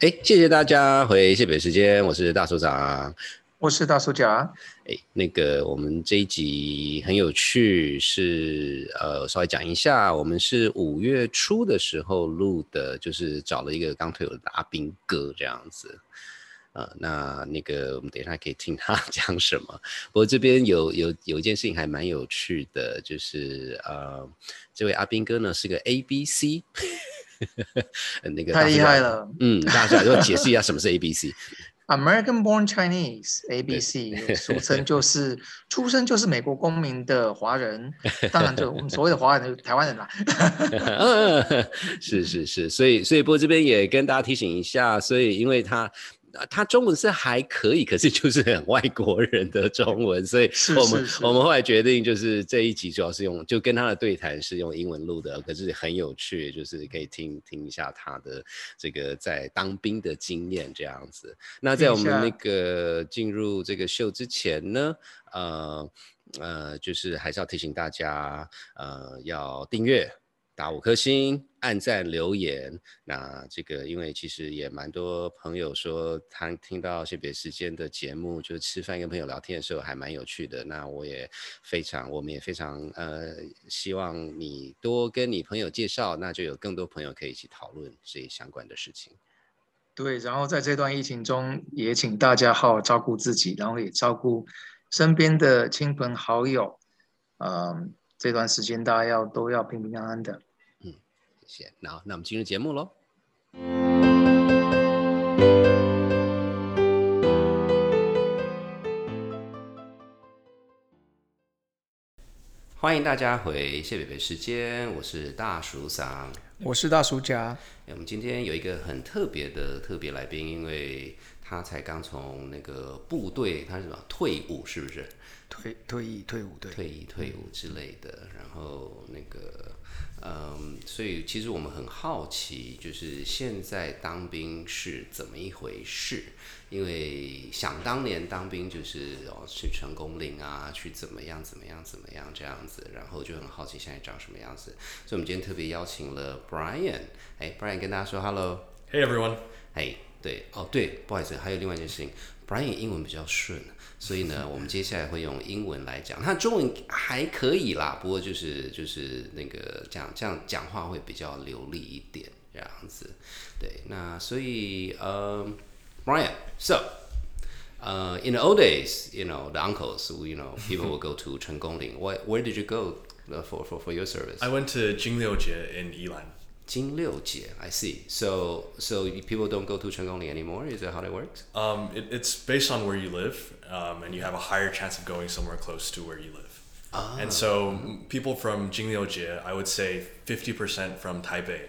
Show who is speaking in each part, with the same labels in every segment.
Speaker 1: 哎，谢谢大家回谢北时间，我是大首长。
Speaker 2: 我是大叔甲，
Speaker 1: 哎，那个我们这一集很有趣，是呃，稍微讲一下，我们是五月初的时候录的，就是找了一个刚退伍的阿兵哥这样子。呃，那那个我们等一下可以听他 讲什么。不过这边有有有一件事情还蛮有趣的，就是呃，这位阿兵哥呢是个 A B C，那个大
Speaker 2: 太
Speaker 1: 叔
Speaker 2: 厉
Speaker 1: 甲
Speaker 2: 害。了
Speaker 1: 嗯，大家要解释一下什么是 A B C。
Speaker 2: ！American-born Chinese（ABC） 俗称就是出生就是美国公民的华人，当然就我们所谓的华人就是台湾人啦。
Speaker 1: 是是是，所以所以波这边也跟大家提醒一下，所以因为他。啊他中文是还可以，可是就是很外国人的中文，所以
Speaker 2: 是
Speaker 1: 我们
Speaker 2: 是是
Speaker 1: 我们后来决定，就是这一集主要是用就跟他的对谈是用英文录的，可是很有趣，就是可以听听一下他的这个在当兵的经验这样子。那在
Speaker 2: 听一
Speaker 1: 我们
Speaker 2: 下
Speaker 1: 那个进入这个秀之前呢，呃呃，就是还是要提醒大家，呃，要订阅。打五颗星，按赞留言。那这个，因为其实也蛮多朋友说，他听到性别时间的节目，就是吃饭跟朋友聊天的时候，还蛮有趣的。那我也非常，我们也非常呃，希望你多跟你朋友介绍，那就有更多朋友可以一起讨论这相关的事情。
Speaker 2: 对，然后在这段疫情中，也请大家好好照顾自己，然后也照顾身边的亲朋好友。嗯，这段时间大家要都要平平安安的。
Speaker 1: 谢谢。那那我们进入节目喽。欢迎大家回谢北北时间，我是大叔桑。
Speaker 2: 我是大叔甲，
Speaker 1: 诶我们今天有一个很特别的特别来宾，因为他才刚从那个部队，他是什么退伍是不是？
Speaker 2: 退退役退伍队，
Speaker 1: 退役、退伍之类的。然后那个，嗯，所以其实我们很好奇，就是现在当兵是怎么一回事？因为想当年当兵就是哦去成功岭啊，去怎么样怎么样怎么样这样子，然后就很好奇现在长什么样子。所以我们今天特别邀请了 Brian，哎，Brian 跟大家说 hello，
Speaker 3: Hey everyone.
Speaker 1: 哎，对，哦对，不好意思，还有另外一件事情，Brian 英文比较顺，所以呢，我们接下来会用英文来讲，他中文还可以啦，不过就是就是那个这样这样讲话会比较流利一点，这样子。对，那所以呃，Brian，so。Uh, in the old days, you know, the uncles, you know, people would go to Chenggongling. Where, where did you go uh, for, for, for your service?
Speaker 3: I went to Jingliojie in Yilan.
Speaker 1: 金六节, I see. So so people don't go to Chenggongling anymore. Is that how it works?
Speaker 3: Um, it, it's based on where you live, um, and you have a higher chance of going somewhere close to where you live. And so m- people from Jingliojie, I would say 50% from Taipei,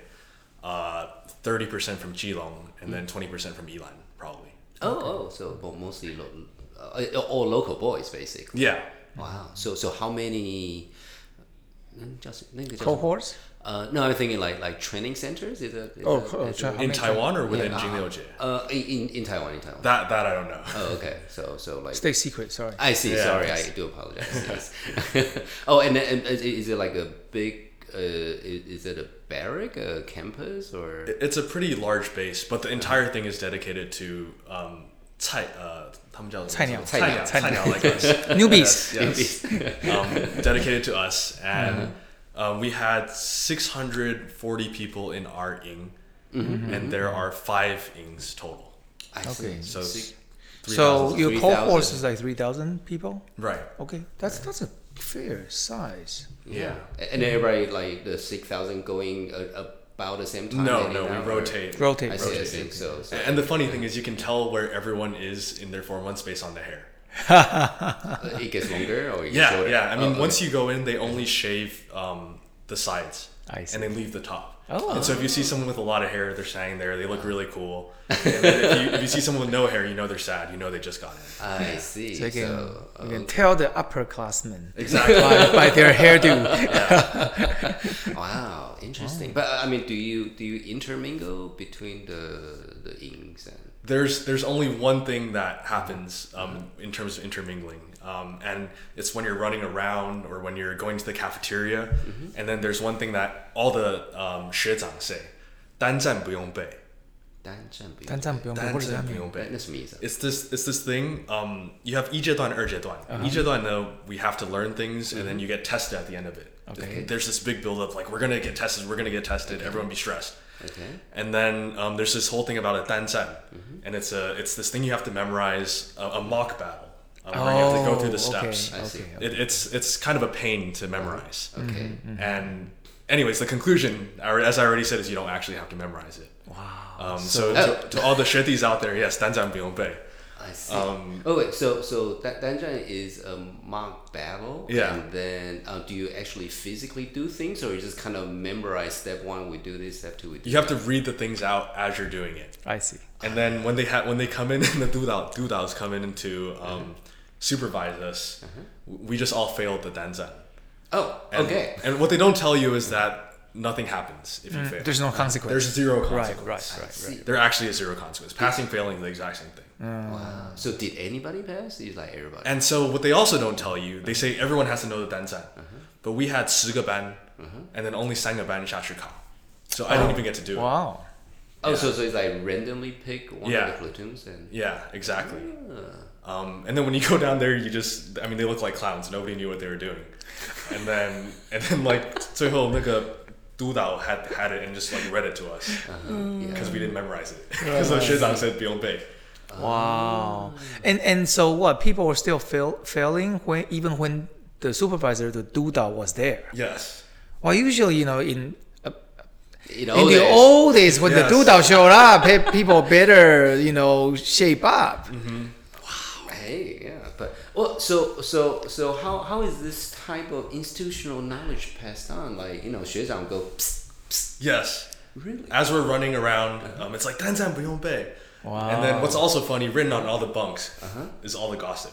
Speaker 3: uh, 30% from Geelong, and then 20% from Yilan, probably.
Speaker 1: Oh, oh, so well, mostly lo- uh, all local boys, basically.
Speaker 3: Yeah.
Speaker 1: Wow. So so how many? mm, Just,
Speaker 2: cohorts
Speaker 1: uh, no, I'm thinking like like training centers. Is it? Is
Speaker 2: Oh,
Speaker 1: it-
Speaker 2: oh,
Speaker 1: is
Speaker 2: tra-
Speaker 1: it-
Speaker 2: How
Speaker 3: In
Speaker 2: many
Speaker 3: Taiwan or within
Speaker 1: Yeah.
Speaker 3: Jingliojie?
Speaker 1: uh, in in- in Taiwan, in Taiwan.
Speaker 3: That, that I don't know.
Speaker 1: Oh, okay. So so like.
Speaker 2: stay secret. Sorry.
Speaker 1: I see.
Speaker 3: Yeah.
Speaker 1: Sorry, I do apologize. Yes. oh, and, and is is it like a big? Uh, i- is it a barrack, a campus, or?
Speaker 3: It- It's a pretty large base, but the entire thing is dedicated to um, 菜, uh, 他们叫什么？
Speaker 2: 菜鸟。
Speaker 3: 菜鸟，
Speaker 2: 菜鸟。
Speaker 3: 菜鸟like us.
Speaker 2: Newbies.
Speaker 3: yes. um, dedicated to us, and um, we had 640 people in our ing, and there are five ings total.
Speaker 1: I see.
Speaker 2: Okay.
Speaker 1: So
Speaker 3: So,
Speaker 1: s-
Speaker 2: So your
Speaker 1: 3,000.
Speaker 2: cohorts is like three thousand people.
Speaker 3: right,
Speaker 2: Okay, that's that's a fair size.
Speaker 3: yeah.
Speaker 1: and everybody like the six thousand going uh, about the same time.
Speaker 3: No,
Speaker 1: maybe
Speaker 3: no,
Speaker 1: now,
Speaker 3: we
Speaker 1: or-
Speaker 3: rotate.
Speaker 2: Rotate.
Speaker 1: I see. I see. So, so
Speaker 3: And the funny thing is, you can tell where everyone is in their four months based on the hair.
Speaker 1: uh, it gets longer or it gets
Speaker 3: Yeah,
Speaker 1: shorter?
Speaker 3: yeah. I mean,
Speaker 1: Oh,
Speaker 3: once you go in, they only shave um, the sides,
Speaker 2: I see.
Speaker 3: and they leave the top.
Speaker 2: Oh.
Speaker 3: And so if you see someone with a lot of hair, they're standing there. They look really cool. And then if, you, if you see someone with no hair, you know they're sad. You know they just got in.
Speaker 1: I see.
Speaker 2: So you can,
Speaker 1: So,
Speaker 2: you can tell the upperclassmen
Speaker 3: Exactly.
Speaker 2: by, by their hairdo.
Speaker 1: wow, interesting. But uh, I mean, do you do you intermingle between the the inks and?
Speaker 3: there's there's only one thing that happens um, in terms of intermingling, um, and it's when you're running around or when you're going to the cafeteria. And then there's one thing that all the um, 学长 say, 单站不用背.
Speaker 1: 单站不用
Speaker 4: 单站不用
Speaker 2: Oh,
Speaker 4: 背，或者
Speaker 3: 单
Speaker 4: 单
Speaker 3: 站不
Speaker 4: 面
Speaker 3: 用背
Speaker 1: 那那什么意思啊
Speaker 3: It's this it's this thing. Um, you have 一阶段, uh-huh. 一阶段呢, we have to learn things, and then you get tested at the end of it.
Speaker 4: Okay.
Speaker 3: There's this big buildup, like we're gonna get tested, we're gonna get tested, everyone be stressed.
Speaker 1: Okay.
Speaker 3: And then um, there's this whole thing about a danzan, and it's a it's this thing you have to memorize a, a mock battle, um, where you have to go through the
Speaker 4: Oh, okay,
Speaker 3: steps.
Speaker 1: I see.
Speaker 4: okay, okay.
Speaker 3: It, it's it's kind of a pain to memorize.
Speaker 1: Okay.
Speaker 3: And anyways, the conclusion, I alre- as I already said, is you don't actually have to memorize it.
Speaker 4: Wow.
Speaker 3: Um, so to, to all the shitties out there, yes, danzan 不用背.
Speaker 1: I see. oh wait, so so that Danjan is a mock battle.
Speaker 3: Yeah.
Speaker 1: And then uh, do you actually physically do things, or you just kind of memorize step one, we do this, step two, we do.
Speaker 3: You have to read the things out as you're doing it.
Speaker 4: I see.
Speaker 3: And then when they ha- when they come in and the dudao dudaos come in to um, supervise us, w we just all failed the danzan.
Speaker 1: Oh,
Speaker 3: And,
Speaker 1: okay.
Speaker 3: And what they don't tell you is that nothing happens if you fail.
Speaker 4: Mm. There's no consequence.
Speaker 3: There's zero
Speaker 4: right,
Speaker 3: consequence.
Speaker 4: right, right, right.
Speaker 1: See.
Speaker 3: There actually is zero consequence. Passing, failing, the exact same thing.
Speaker 1: Wow. So did anybody pass? It's like everybody.
Speaker 3: And so what they also don't tell you,
Speaker 4: Uh-huh.
Speaker 3: they say everyone has to know the danzan. But we had 10个班, and then only 3个班下去考. So I don't even get to do it.
Speaker 4: Uh-huh. Wow.
Speaker 1: oh, so so it's like randomly pick one of
Speaker 3: Yeah.
Speaker 1: the platoons and.
Speaker 3: Yeah, exactly. Um, and then when you go down there, you just, I mean, they look like clowns. Nobody knew what they were doing. And then, and then like, 最后那个督导 had, had it and just like read it to us
Speaker 4: Uh-huh.
Speaker 3: because we didn't memorize it. Because the 学长 said 不用背.
Speaker 4: Wow. And and so what? People were still fail, failing when even when the supervisor, the duda, was there.
Speaker 3: Yes.
Speaker 4: Well, usually you know in uh,
Speaker 1: In,
Speaker 4: in the old days when
Speaker 3: Yes.
Speaker 4: the duda showed up, pe- people better you know shape up.
Speaker 1: Hey, yeah, but well, so so so how how is this type of institutional knowledge passed on? Like you know, 学长 go psst, psst.
Speaker 3: Yes.
Speaker 1: really.
Speaker 3: As we're running around, um, it's like, 单站不用背.
Speaker 4: Wow.
Speaker 3: And then what's also funny, written on all the bunks is all the gossip.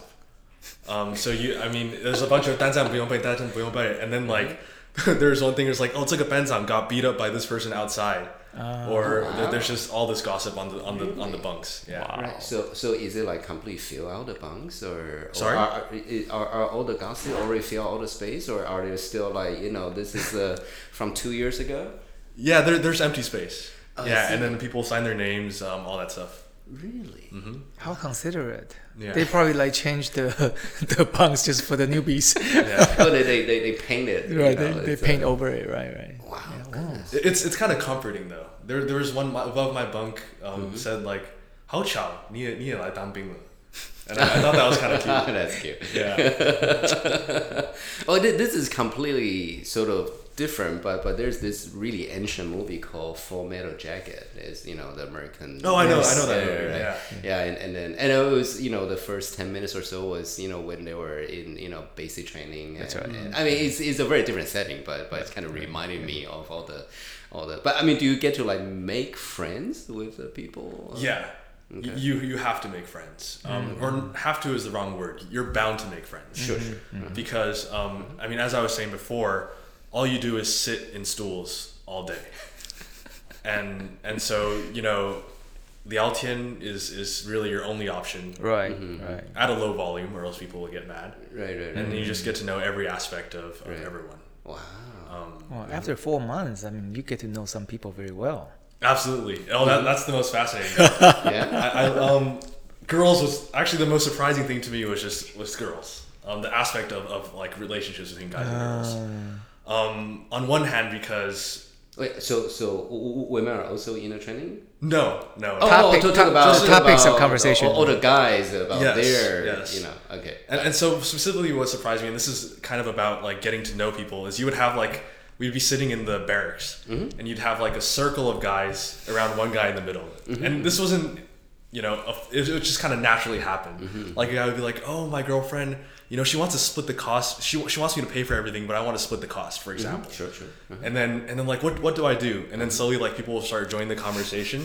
Speaker 3: Um, so you, I mean, there's a bunch of 单站不用背,单站不用背, and then like, there's one thing that's like, oh, 这个班长 got beat up by this person outside, or there- there's just all this gossip on the on the on the bunks. Yeah.
Speaker 1: Right. So so is it like complete fill out the bunks or or
Speaker 3: Sorry?
Speaker 1: Are, are, i- are, are all the gossip already fill all the space or are they still like you know this is uh, from two years ago?
Speaker 3: Yeah, there, there's empty space.
Speaker 1: I
Speaker 3: yeah,
Speaker 1: see.
Speaker 3: and then people sign their names, um, all that stuff.
Speaker 1: Really?
Speaker 3: Mm-hmm.
Speaker 4: How considerate.
Speaker 3: Yeah.
Speaker 4: They probably like changed the the bunks just for the newbies.
Speaker 1: oh, they they they, they paint it. you
Speaker 4: right, they,
Speaker 1: know,
Speaker 4: they
Speaker 1: it's, uh,
Speaker 4: paint over it, right, right.
Speaker 1: Wow. goodness.
Speaker 3: It- It's it's kind of comforting though. There there was one my- above my bunk um, said like, "How chow, 你也你也来当兵了," and I, I thought that was kind of cute.
Speaker 1: That's cute.
Speaker 3: Yeah.
Speaker 1: Oh, thi- this is completely sort of different, but but there's this really ancient movie called Full Metal Jacket. It's you know the American.
Speaker 3: Oh, I know- I
Speaker 1: Yes.
Speaker 3: know that
Speaker 1: Yeah,
Speaker 3: movie,
Speaker 1: right.
Speaker 3: yeah.
Speaker 1: yeah, and, and then and it was you know the first ten minutes or so was you know when they were in you know basic training. That's and, and- I mean, it's, it's a very different setting, but but it's kind of reminded me of all the all the. But I mean, do you get to like make friends with the people?
Speaker 3: Yeah. Y- You you have to make friends, um, or have to is the wrong word. You're bound to make friends.
Speaker 1: Sure, sure.
Speaker 3: Because um, I mean, as I was saying before, all you do is sit in stools all day, and and so you know, the Altian is is really your only option
Speaker 4: Right,
Speaker 1: Mm-hmm.
Speaker 4: right.
Speaker 3: at a low volume, or else people will get mad.
Speaker 1: Right, right, right.
Speaker 3: and you just get to know every aspect of, of
Speaker 1: Right.
Speaker 3: everyone.
Speaker 1: Wow.
Speaker 4: Well, after four months, I mean, you get to know some people very well.
Speaker 3: Absolutely. Oh, that, that's the most fascinating. I,
Speaker 1: Yeah.
Speaker 3: I, um, girls was actually the most surprising thing to me was just was girls. Um, the aspect of, of like relationships between guys and girls. Um, on one hand, because
Speaker 1: Wait. So so w- w- women are also in a training.
Speaker 3: no, no.
Speaker 1: Oh,
Speaker 4: Topic-
Speaker 1: to
Speaker 4: top-
Speaker 1: talk about
Speaker 4: just topics of
Speaker 1: about
Speaker 4: conversation.
Speaker 1: All, all the guys about
Speaker 3: Yes,
Speaker 1: their,
Speaker 3: yes.
Speaker 1: you know. Okay.
Speaker 3: And, and so specifically what surprised me and this is kind of about like getting to know people is you would have like we'd be sitting in the barracks and you'd have like a circle of guys around one guy in the middle and this wasn't you know a, it, it just kind of naturally happened like i would be like oh my girlfriend you know she wants to split the cost she, she wants me to pay for everything but i want to split the cost for example
Speaker 1: Sure, sure.
Speaker 3: and then and then like what what do I do?
Speaker 1: Uh-huh.
Speaker 3: And then slowly like people will start joining the conversation,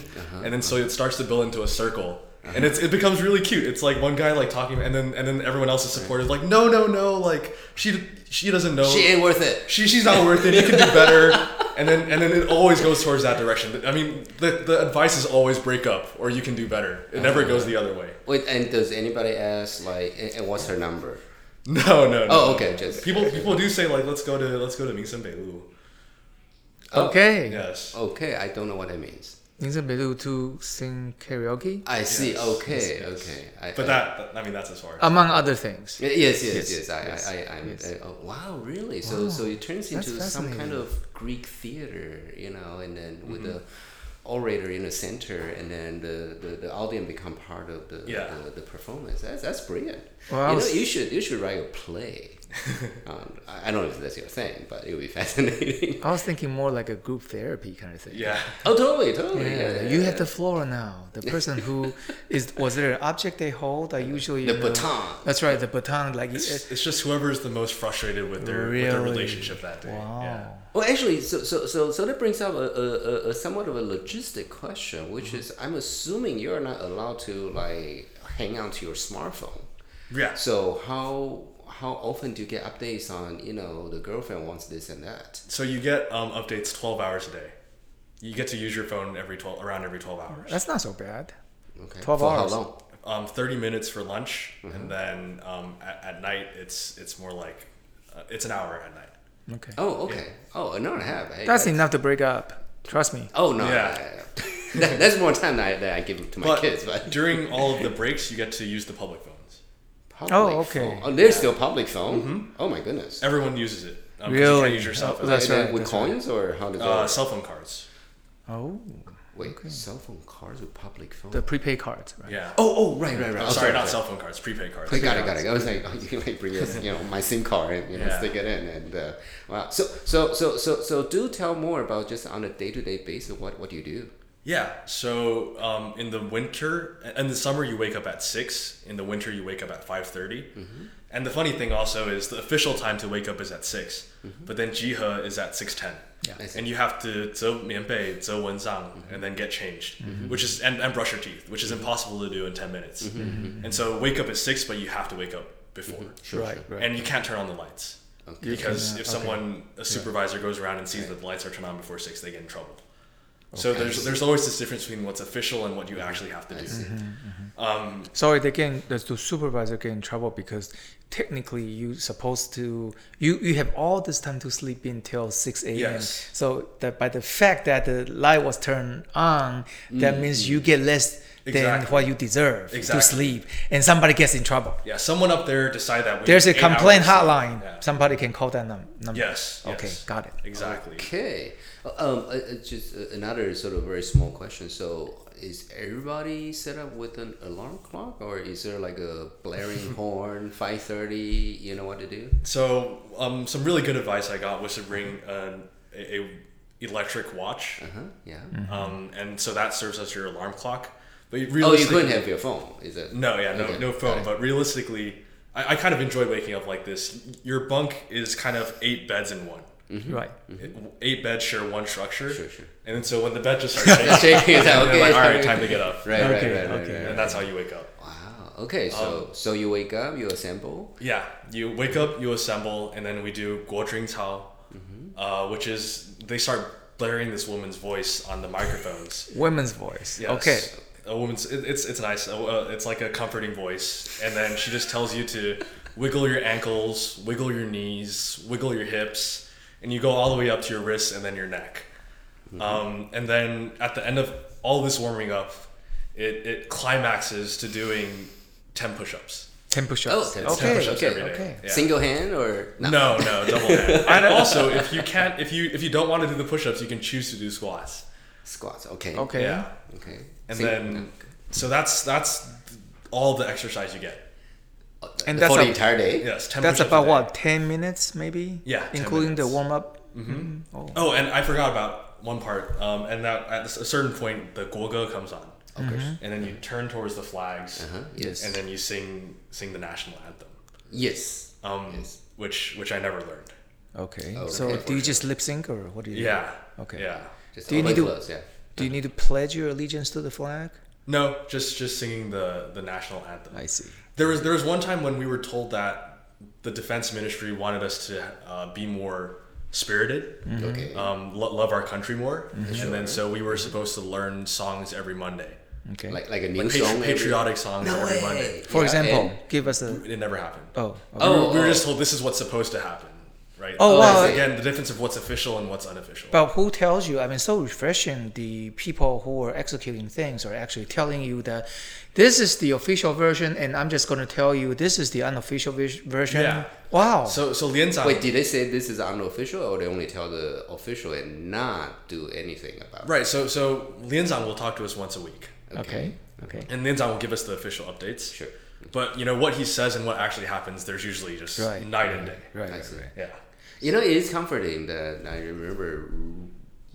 Speaker 3: and then so it starts to build into a circle,
Speaker 1: Uh-huh.
Speaker 3: and it's it becomes really cute. It's like one guy like talking, and then and then everyone else is supportive, like no no no, like she she doesn't know
Speaker 1: She ain't worth it.
Speaker 3: she she's not worth it. You can do better. And then and then it always goes towards that direction. I mean, the the advice is always break up or you can do better. It never
Speaker 1: Uh-huh.
Speaker 3: goes the other way.
Speaker 1: Wait, and does anybody ask like, and, and what's her number?
Speaker 3: No no. no.
Speaker 1: Oh, okay, just
Speaker 3: People people do say like let's go to let's go to Mingsen Beilu.
Speaker 1: Oh.
Speaker 4: Okay.
Speaker 3: Yes.
Speaker 1: Okay, I don't know what that means.
Speaker 2: 您是 able to sing karaoke
Speaker 1: I see.
Speaker 3: Yes,
Speaker 1: okay.
Speaker 3: yes, yes.
Speaker 1: Okay. I,
Speaker 3: But
Speaker 1: I-
Speaker 3: that, I mean, that's as far.
Speaker 1: Uh,
Speaker 3: as
Speaker 2: among other things?
Speaker 1: Yes, yes, yes.
Speaker 2: Yes,
Speaker 1: I,
Speaker 2: yes,
Speaker 1: I, I, I'm,
Speaker 2: yes.
Speaker 1: uh, oh, wow, really? So, so it turns
Speaker 2: that's
Speaker 1: into some kind
Speaker 2: fascinating. Mm-hmm.
Speaker 1: of Greek theater, you know, and then with the orator in the center, and then the, the, the audience become part of the
Speaker 3: Yeah.
Speaker 1: the, the performance. That's that's brilliant.
Speaker 2: Wow.
Speaker 1: You know, you should you should write a play. um, I I don't know if that's your thing, but it would be fascinating.
Speaker 2: I was thinking more like a group therapy kind of thing.
Speaker 3: yeah.
Speaker 1: oh, totally, totally. Yeah,
Speaker 2: Yeah,
Speaker 1: yeah,
Speaker 2: you
Speaker 1: yeah.
Speaker 2: have the floor now. The person who is was there an object they hold? I usually
Speaker 1: The
Speaker 2: you know-
Speaker 1: baton.
Speaker 2: That's right, the baton. Like it-
Speaker 3: It's, it's just whoever's the most frustrated with their, with their
Speaker 2: Really?
Speaker 3: relationship that day.
Speaker 2: Wow.
Speaker 3: Yeah.
Speaker 1: Well, actually, so so so so that brings up a, a, a- a somewhat of a logistic question,
Speaker 2: Mm-hmm.
Speaker 1: which is I'm assuming you're not allowed to like hang on to your smartphone.
Speaker 3: Yeah.
Speaker 1: So how how often do you get updates on you know the girlfriend wants this and that?
Speaker 3: So you get um, updates 12 hours a day. You get to use your phone every 12 around every 12 hours.
Speaker 2: that's not so bad.
Speaker 1: Okay.
Speaker 2: 12
Speaker 1: For
Speaker 2: hours.
Speaker 1: How long?
Speaker 3: Um, 30 minutes for lunch, and then um, at, at night it's it's more like uh, it's an hour at night.
Speaker 2: Okay,
Speaker 1: Oh, okay. Oh, an hour and a half. Hey,
Speaker 2: that's enough to break up. Trust me.
Speaker 1: Oh no.
Speaker 3: Yeah.
Speaker 1: no, no, no. That- that's more time that I, that I give to my
Speaker 3: But
Speaker 1: kids. But
Speaker 3: during all of the breaks, you get to use the public phones.
Speaker 1: public
Speaker 2: okay.
Speaker 1: phone. Oh, there's still public phone. Oh my goodness.
Speaker 3: Everyone uses it. Um, 'cause You
Speaker 2: Really?
Speaker 3: can't use your cell
Speaker 2: Oh,
Speaker 3: phone.
Speaker 2: that's
Speaker 1: And then
Speaker 2: right,
Speaker 1: With
Speaker 2: that's right.
Speaker 1: coins or how does
Speaker 3: uh,
Speaker 1: that?
Speaker 3: cell phone cards.
Speaker 2: Oh,
Speaker 1: Wait, cell phone cards with public phone.
Speaker 2: the prepaid cards, right?
Speaker 3: Yeah.
Speaker 1: Oh, oh, right, right, right.
Speaker 3: sorry, not cell phone cards, prepaid cards.
Speaker 1: I got it, got it. I was like, oh, you can like bring your, you know, my SIM card and you know,
Speaker 3: Yeah.
Speaker 1: stick it in, and uh, wow. So, so, so, so, so, do tell more about just on a day-to-day basis. What, what do you do?
Speaker 3: Yeah. So um, in the winter, in the summer, you wake up at six. In the winter, you wake up at five
Speaker 1: Mm-hmm.
Speaker 3: And the funny thing also is the official time to wake up is at 6 but then Jihe is at six ten.
Speaker 2: Yeah.
Speaker 1: Mm-hmm. I see. Mm-hmm.
Speaker 3: And you have to 折棉被,折蚊帐, and then get changed, which is and, and brush your teeth, which is impossible to do in ten minutes.
Speaker 1: Mm-hmm.
Speaker 3: And so wake up at six, but you have to wake up before,
Speaker 2: right, right.
Speaker 3: and you can't turn on the lights
Speaker 1: Mm-hmm. Okay.
Speaker 3: because
Speaker 2: Yeah,
Speaker 3: if
Speaker 2: okay.
Speaker 3: someone a supervisor goes around and sees that the lights are turned on before six, they get in trouble. So there's there's always this difference between what's official and what you actually have to do. Um,
Speaker 2: Sorry, they can the the supervisor get in trouble because technically you supposed to you you have all this time to sleep until six a.m.
Speaker 3: Yes.
Speaker 2: So that by the fact that the light was turned on, that means you get less than
Speaker 3: Mm. Exactly.
Speaker 2: what you deserve
Speaker 3: Exactly.
Speaker 2: to sleep, and somebody gets in trouble.
Speaker 3: yeah, someone up there decide that we
Speaker 2: There's a
Speaker 3: need eight
Speaker 2: complaint
Speaker 3: hours.
Speaker 2: hotline.
Speaker 3: Yeah.
Speaker 2: Somebody can call that num- number.
Speaker 3: Yes,
Speaker 2: Okay,
Speaker 3: yes.
Speaker 2: got it.
Speaker 3: Exactly.
Speaker 1: Okay. Um, uh, uh, just uh, another sort of very small question. So, is everybody set up with an alarm clock, or is there like a blaring horn, five thirty? You know what to do?
Speaker 3: So um, some really good advice I got was to bring an, a, a electric watch,
Speaker 1: Uh huh. Yeah.
Speaker 2: Mm-hmm.
Speaker 3: um, and so that serves as your alarm clock. But
Speaker 1: Oh, you
Speaker 3: realistically-
Speaker 1: couldn't have your phone, is it?
Speaker 3: No, yeah, no,
Speaker 1: Okay,
Speaker 3: no
Speaker 1: got
Speaker 3: phone.
Speaker 1: it.
Speaker 3: But realistically, I, I kind of enjoy waking up like this. Your bunk is kind of eight beds in one.
Speaker 2: Right.
Speaker 3: Mm-hmm. Eight beds share one structure.
Speaker 1: Sure, sure.
Speaker 3: And then so when the bed just starts shaking,
Speaker 1: Shaking it out.
Speaker 3: and
Speaker 1: Okay.
Speaker 3: they're like, all right, time to get up.
Speaker 1: Right, right,
Speaker 2: Okay,
Speaker 1: right, right,
Speaker 2: okay.
Speaker 1: right,
Speaker 3: And
Speaker 1: right.
Speaker 3: that's how you wake up.
Speaker 1: Wow. Okay. So, so you wake up, you assemble.
Speaker 3: Yeah, you wake up, you assemble, and then we do Guo Jing Cao,
Speaker 1: Mm-hmm.
Speaker 3: uh, which is they start blaring this woman's voice on the microphones.
Speaker 2: Women's voice.
Speaker 3: Yes.
Speaker 2: Okay.
Speaker 3: A woman's it, it's it's nice. Uh, uh, it's like a comforting voice, and then she just tells you to wiggle your ankles, wiggle your knees, wiggle your hips, and you go all the way up to your wrists and then your neck. Um, and then at the end of all this warming up, it it climaxes to doing ten push-ups.
Speaker 2: Ten
Speaker 3: Oh,
Speaker 2: push-ups.
Speaker 1: Oh, ten
Speaker 2: okay.
Speaker 3: push-ups every day.
Speaker 2: okay.
Speaker 3: Yeah.
Speaker 1: Single hand or no?
Speaker 3: No, no, double hand. And also, if you can't, if you if you don't want to do the push-ups, you can choose to do squats.
Speaker 1: Squats. Okay.
Speaker 2: Okay.
Speaker 3: Yeah,
Speaker 1: Okay.
Speaker 3: and
Speaker 1: Sing-
Speaker 3: then so that's that's all the exercise you get.
Speaker 1: uh,
Speaker 2: and
Speaker 1: for
Speaker 2: that's
Speaker 1: the
Speaker 2: a-
Speaker 1: entire day.
Speaker 3: Yes, 10
Speaker 2: That's
Speaker 3: push-ups a
Speaker 2: about
Speaker 3: day.
Speaker 2: what ten minutes maybe.
Speaker 3: Yeah, 10
Speaker 2: Including the
Speaker 3: minutes.
Speaker 2: warm up. Mm-hmm. Oh.
Speaker 3: Oh, and I forgot about one part. Um, and that at a certain point, the guoge comes on,
Speaker 1: Of course.
Speaker 3: and then you turn towards the flags,
Speaker 1: Uh-huh, yes.
Speaker 3: and then you sing sing the national anthem,
Speaker 1: Yes.
Speaker 3: um,
Speaker 1: Yes.
Speaker 3: which which I never learned.
Speaker 2: Okay.
Speaker 1: Oh,
Speaker 2: so
Speaker 1: okay.
Speaker 2: do you just lip sync or what do you do?
Speaker 3: Yeah.
Speaker 2: Okay.
Speaker 3: Yeah.
Speaker 1: Just
Speaker 2: Do you
Speaker 1: open
Speaker 2: need to-
Speaker 1: close, Yeah.
Speaker 2: Do you need to pledge your allegiance to the flag?
Speaker 3: No, just just singing the the national anthem.
Speaker 2: I see.
Speaker 3: There was there was one time when we were told that the defense ministry wanted us to uh, be more spirited,
Speaker 2: Mm-hmm.
Speaker 1: Okay.
Speaker 3: um, lo- love our country more, and then so we were supposed to learn songs every Monday,
Speaker 2: Okay.
Speaker 1: like like a new
Speaker 3: like patri-
Speaker 1: song. every-
Speaker 3: patriotic songs every Monday.
Speaker 2: For
Speaker 1: Yeah,
Speaker 2: example,
Speaker 1: and-
Speaker 2: give us a
Speaker 3: It never happened.
Speaker 2: oh.
Speaker 3: We
Speaker 1: Oh.
Speaker 3: were, we were just told this is what's supposed to happen. right?
Speaker 4: Oh, wow.
Speaker 3: That's, again, the difference of what's official and what's unofficial.
Speaker 4: But who tells you? I mean, so refreshing. The people who are executing things are actually telling you that this is the official version, and I'm just going to tell you this is the unofficial vis- version.
Speaker 3: Yeah.
Speaker 4: Wow.
Speaker 3: so so Lien Zhang,
Speaker 1: Wait, did they say this is unofficial, or they only tell the official and not do anything about
Speaker 3: right? So so Lien Zhang will talk to us once a week,
Speaker 4: okay. Okay.
Speaker 3: and Lien Zhang will give us the official updates.
Speaker 1: it? Sure.
Speaker 3: But you know what he says and what actually happens. There's usually just
Speaker 4: Right.
Speaker 3: night and day.
Speaker 4: Right.
Speaker 1: I see.
Speaker 3: Yeah.
Speaker 1: You know, it is comforting that I remember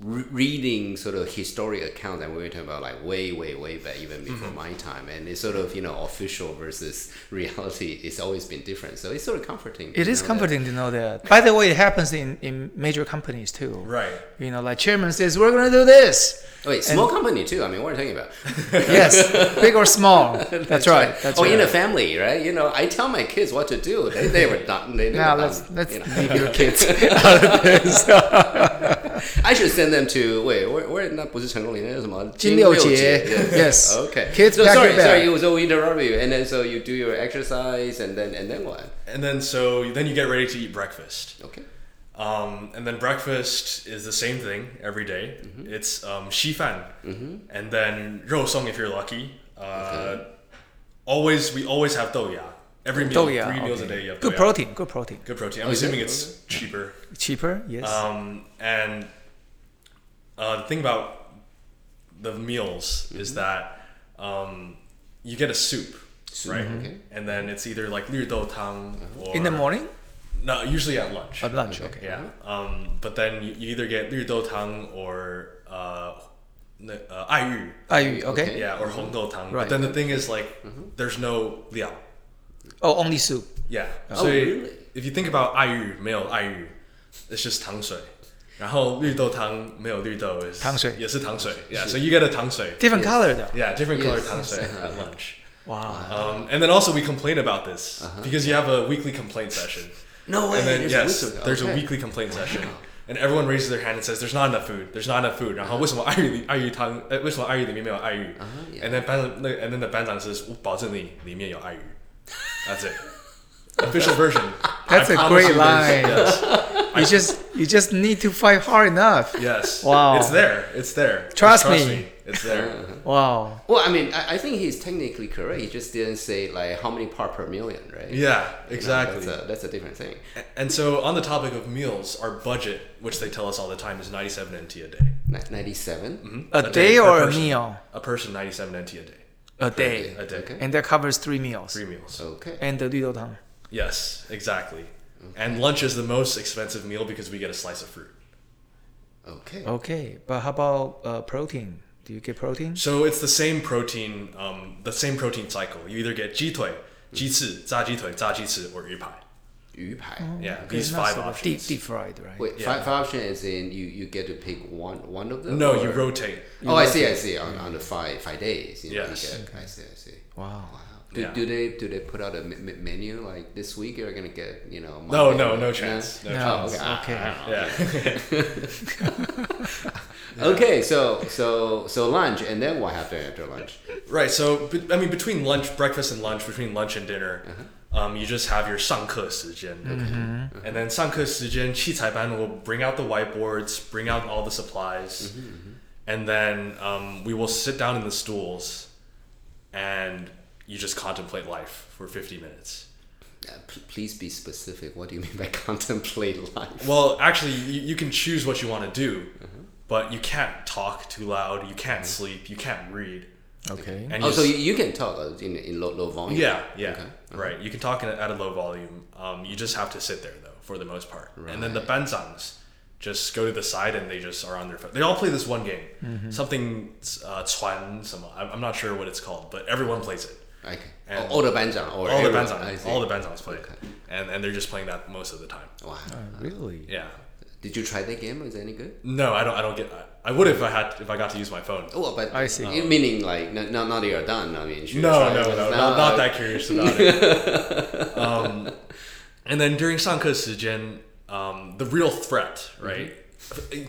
Speaker 1: re- reading sort of historic accounts, and we were talking about like way, way, way back, even
Speaker 4: Mm-hmm.
Speaker 1: before my time, and it's sort of you know official versus reality. It's always been different, so it's sort of comforting.
Speaker 4: It
Speaker 1: to
Speaker 4: is
Speaker 1: know that-
Speaker 4: comforting to know that. By the way, it happens in, in major companies too.
Speaker 3: Right.
Speaker 4: You know, like chairman says, we're going to do this.
Speaker 1: Oh, Wait, small company too. I mean, what are you talking about?
Speaker 4: yes, big or small. That's, right. That's
Speaker 1: oh,
Speaker 4: right.
Speaker 1: in a family, right? You know, I tell my kids what to do. They, they were done. They never
Speaker 4: now
Speaker 1: done,
Speaker 4: let's let's
Speaker 1: you know.
Speaker 4: leave your kids out of this.
Speaker 1: I should send them to wait. Where, where 那不是成功礼，那是什么？
Speaker 4: 金六节。
Speaker 1: Yes.
Speaker 4: Yes.
Speaker 1: Okay.
Speaker 4: Kids
Speaker 1: So
Speaker 4: pack
Speaker 1: sorry,
Speaker 4: your bag.
Speaker 1: sorry. It was all interrupt you, and then so you do your exercise, and then and then what?
Speaker 3: And then so then you get ready to eat breakfast.
Speaker 1: Okay.
Speaker 3: Um, and then breakfast is the same thing every day.
Speaker 4: Mm-hmm.
Speaker 3: It's um, shifan, and then song if you're lucky. Uh, Always, we always have douya. Every meal,
Speaker 4: Oh yeah.
Speaker 3: three meals
Speaker 4: okay.
Speaker 3: a day. You have
Speaker 4: Good
Speaker 3: douya.
Speaker 4: protein. Good protein.
Speaker 3: Good protein. I'm assuming it's cheaper.
Speaker 4: Cheaper. Yes.
Speaker 3: Um, and uh, the thing about the meals is
Speaker 4: Mm-hmm.
Speaker 3: that um, you get a soup, right?
Speaker 1: okay.
Speaker 3: And then it's either like liu dou tang or
Speaker 4: in the morning.
Speaker 3: No, usually at lunch.
Speaker 4: At lunch. Okay.
Speaker 3: Yeah.
Speaker 1: Mm-hmm.
Speaker 3: Um, but then you, you either get liu dou tang or uh, n- uh, 爱玉,
Speaker 4: Are you okay?
Speaker 1: Okay.
Speaker 3: yeah, or hong dou tang.
Speaker 4: Right.
Speaker 3: But then the thing is like,
Speaker 1: Mm-hmm.
Speaker 3: there's no liao.
Speaker 4: Oh, only soup.
Speaker 3: Yeah.
Speaker 1: Oh,
Speaker 3: so
Speaker 1: really?
Speaker 3: if you think about 爱玉没有爱玉 it's just 糖水。然后绿豆汤没有绿豆 is
Speaker 4: 糖水。
Speaker 3: 也是糖水。Yeah, so you get a 糖水.
Speaker 4: Different color though.
Speaker 3: Yeah, different color
Speaker 1: Yes.
Speaker 3: 糖水 at lunch.
Speaker 4: Wow.
Speaker 3: Um, and then also we complain about this because you have a weekly complaint session.
Speaker 1: Uh-huh. No way.
Speaker 3: And then
Speaker 1: there's a
Speaker 3: yes,
Speaker 1: whistle.
Speaker 3: there's a
Speaker 1: Okay.
Speaker 3: weekly complaint session. And everyone raises their hand and says, "There's not enough food. There's not enough food." uh, 然后为什么爱玉里爱玉汤？呃，为什么爱玉里面没有爱玉
Speaker 1: Uh-huh, yeah.
Speaker 3: And then 班长那 and then the 班长 says, "我保证你里面有爱玉." That's it. Official version.
Speaker 4: That's
Speaker 3: I
Speaker 4: a
Speaker 3: promise
Speaker 4: great
Speaker 3: you there's-
Speaker 4: line.
Speaker 3: Yes.
Speaker 4: You just you just need to fight hard enough.
Speaker 3: Yes.
Speaker 4: Wow.
Speaker 3: It's there. It's there.
Speaker 4: Trust
Speaker 3: Trust
Speaker 4: me.
Speaker 3: me. It's there.
Speaker 4: Wow.
Speaker 1: Well, I mean, I, I think he's technically correct. He just didn't say like how many part per million, right? You
Speaker 3: Yeah.
Speaker 1: know,
Speaker 3: Exactly.
Speaker 1: That's a, that's a different thing.
Speaker 3: And so, on the topic of meals, our budget, which they tell us all the time, is 97 NT a day.
Speaker 1: Ni- 97
Speaker 3: Mm-hmm.
Speaker 4: A day
Speaker 3: per
Speaker 4: or a
Speaker 3: person.
Speaker 4: meal?
Speaker 3: A person, 97 NT a day.
Speaker 4: A day.
Speaker 3: A day.
Speaker 1: Okay.
Speaker 4: And that covers three meals.
Speaker 3: Three meals.
Speaker 1: Okay.
Speaker 4: And the noodle tang.
Speaker 3: Yes, exactly. And lunch is the most expensive meal because we get a slice of fruit.
Speaker 1: Okay.
Speaker 3: Oh.
Speaker 4: Okay. But how about uh, protein? Do you get protein?
Speaker 3: So it's the same protein, um, the same protein cycle. You either get 鸡腿,鸡翅,炸鸡腿,炸鸡翅, or 鱼排.
Speaker 1: 鱼排.
Speaker 3: Yeah,
Speaker 4: Okay,
Speaker 3: these
Speaker 4: not
Speaker 3: five
Speaker 4: so much.
Speaker 3: options.
Speaker 4: Deep, deep fried, right?
Speaker 1: Wait,
Speaker 3: Yeah.
Speaker 1: five, five options is in you, you get to pick one one of them.
Speaker 3: No,
Speaker 1: or-
Speaker 3: you rotate.
Speaker 1: Oh, I see, I see. On, on the five five days. You know, you
Speaker 3: Yes.
Speaker 1: get- I see, I see.
Speaker 4: Wow.
Speaker 1: Wow. Do,
Speaker 3: Yeah.
Speaker 1: do they do they put out a me- me- menu like this week? You're gonna get you know.
Speaker 3: No,
Speaker 1: Monday-
Speaker 3: no, no chance. No
Speaker 1: Oh,
Speaker 4: No,
Speaker 1: okay. Ah,
Speaker 4: okay.
Speaker 1: ah,
Speaker 3: Yeah.
Speaker 1: Okay, so so so lunch, and then what happened after lunch?
Speaker 3: Right. So be- I mean, between lunch, breakfast, and lunch, between lunch and dinner,
Speaker 1: Uh-huh.
Speaker 3: um, you just have your 上课时间. And then 上课时间,器材班 will bring out the whiteboards, bring out all the supplies,
Speaker 1: Mm-hmm,
Speaker 3: and then um, we will sit down in the stools, and you just contemplate life for 50 minutes.
Speaker 1: Uh, p- please be specific. What do you mean by contemplate life?
Speaker 3: Well, actually, you, you can choose what you want to do,
Speaker 1: Uh-huh.
Speaker 3: but you can't talk too loud. You can't sleep. You can't read.
Speaker 4: Okay.
Speaker 3: And
Speaker 1: Mm-hmm. Oh, so
Speaker 3: just-
Speaker 1: you, you can talk uh, in in low, low volume.
Speaker 3: Yeah, yeah,
Speaker 1: Okay.
Speaker 3: right. You can talk in, at a low volume. Um, you just have to sit there though, for the most part. And then the banzangs just go to the side and they just are on their phone. They all play this one game,
Speaker 1: Mm-hmm.
Speaker 3: something uh, 传 some. I'm I'm not sure what it's called, but everyone plays it.
Speaker 1: Okay.
Speaker 3: And-
Speaker 1: all the banzang or
Speaker 3: All
Speaker 1: everyone-
Speaker 3: the
Speaker 1: I
Speaker 3: banzangs,
Speaker 1: see.
Speaker 3: all the banzangs play it, and and they're just playing that most of the time.
Speaker 1: Wow.
Speaker 4: Really?
Speaker 3: Yeah.
Speaker 1: Did you try that game? Is it any good?
Speaker 3: No, I don't. I don't get. I, I would if I had if I got to use my phone.
Speaker 1: Oh, but
Speaker 4: I see.
Speaker 1: You meaning like no, no, now that you're done. I mean, you should
Speaker 3: No,
Speaker 1: try
Speaker 3: no,
Speaker 1: it.
Speaker 3: no,
Speaker 1: Now,
Speaker 3: not, not
Speaker 1: uh,
Speaker 3: that curious about it. um, and then during Sanka Sujin, um, the real threat, right?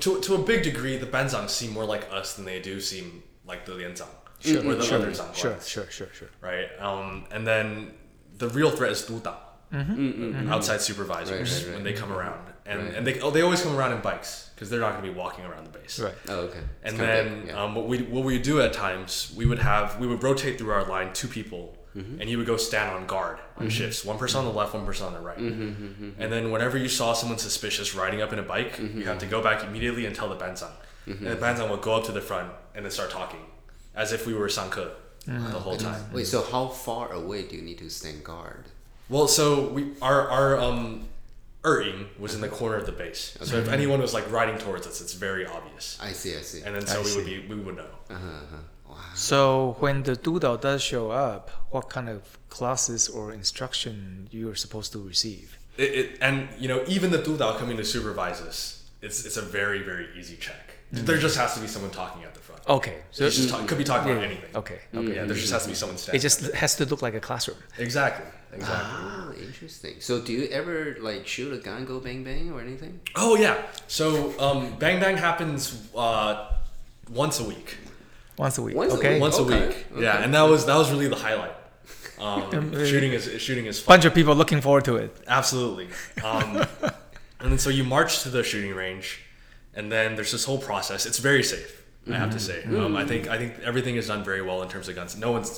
Speaker 3: To, to a big degree, the Banzang seem more like us than they do seem like the Lianzang sure, or the other Zang
Speaker 4: Sure,
Speaker 3: clans,
Speaker 4: sure, sure, sure.
Speaker 3: right? Um, and then the real threat is Duda, outside supervisors
Speaker 1: right, right.
Speaker 3: when they come around. and
Speaker 1: Right.
Speaker 3: and they oh, they always come around in bikes because they're not going to be walking around the base.
Speaker 4: Right.
Speaker 1: Oh, okay. It's
Speaker 3: And
Speaker 1: kinda
Speaker 3: then
Speaker 1: big, yeah.
Speaker 3: um, what we what we do at times we would have we would rotate through our line two people
Speaker 1: Mm-hmm.
Speaker 3: and you would go stand on guard on shifts one person on the left one person on the right
Speaker 1: Mm-hmm,
Speaker 3: and then whenever you saw someone suspicious riding up in a bike
Speaker 1: Mm-hmm,
Speaker 3: you have to go back immediately and tell the banzan and the banzan will go up to the front and then start talking as if we were sanke the whole time
Speaker 1: Wait, so how far away do you need to stand guard?
Speaker 3: well, so we our our um Erting was in the corner of the base. So if anyone was like riding towards us, it's very obvious.
Speaker 1: I see, I see. Uh-huh,
Speaker 3: And then so
Speaker 4: I
Speaker 3: we
Speaker 4: see.
Speaker 3: would be we would know.
Speaker 4: So when the doodle does show up, what kind of classes or instruction you are supposed to receive?
Speaker 3: It, it, and you know, even the Dudao coming to supervise us, it's it's a very, very easy check. There just has to be someone talking at the front.
Speaker 4: Okay. Mm-hmm. Oh, So mm-hmm.
Speaker 3: It's just talk, could be talking about anything.
Speaker 4: okay. Okay.
Speaker 3: Yeah, there just has to be someone standing.
Speaker 4: It just has to look like a classroom.
Speaker 3: exactly. Exactly.
Speaker 1: Ah, interesting. So do you ever like shoot a gun, go bang bang, or anything?
Speaker 3: Oh yeah. So um, Bang Bang happens uh, once a week.
Speaker 4: Once a week.
Speaker 1: Once a
Speaker 4: okay.
Speaker 1: week.
Speaker 3: Once
Speaker 1: Okay,
Speaker 3: a week. Yeah, and that was that was really the highlight. Um, shooting is shooting is fun.
Speaker 4: Bunch of people looking forward to it.
Speaker 3: Absolutely. Um, and then so you march to the shooting range, and then there's this whole process. It's very safe, I
Speaker 4: Mm-hmm.
Speaker 3: have to say. Um, I think I think everything is done very well in terms of guns. No one's,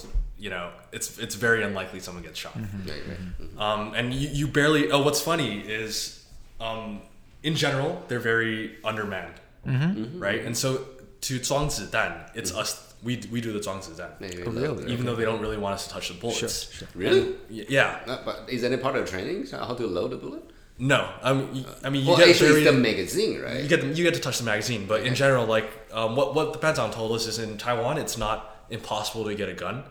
Speaker 3: you know, it's it's very unlikely someone gets shot.
Speaker 4: Mm-hmm.
Speaker 1: Right, right.
Speaker 3: Um, and you, you barely. Oh, what's funny is, um, in general, they're very undermanned,
Speaker 4: Mm-hmm.
Speaker 1: Mm-hmm.
Speaker 3: right? And so to Zhuangzidan, it's us. We, we do the Zhuangzidan,
Speaker 1: Maybe
Speaker 4: Oh,
Speaker 1: not.
Speaker 4: really?
Speaker 3: even though they don't really want us to touch the bullets.
Speaker 4: sure.
Speaker 1: Really?
Speaker 3: Y- Yeah,
Speaker 1: Uh, but is that a part of training? So how to load a bullet?
Speaker 3: no. I mean, you, I mean, you
Speaker 1: well,
Speaker 3: get
Speaker 1: actually,
Speaker 3: very,
Speaker 1: it's the magazine, right?
Speaker 3: you get them, you get to touch the magazine. But in general, like um, what what the Pentagon told us is in Taiwan, it's not impossible to get a gun,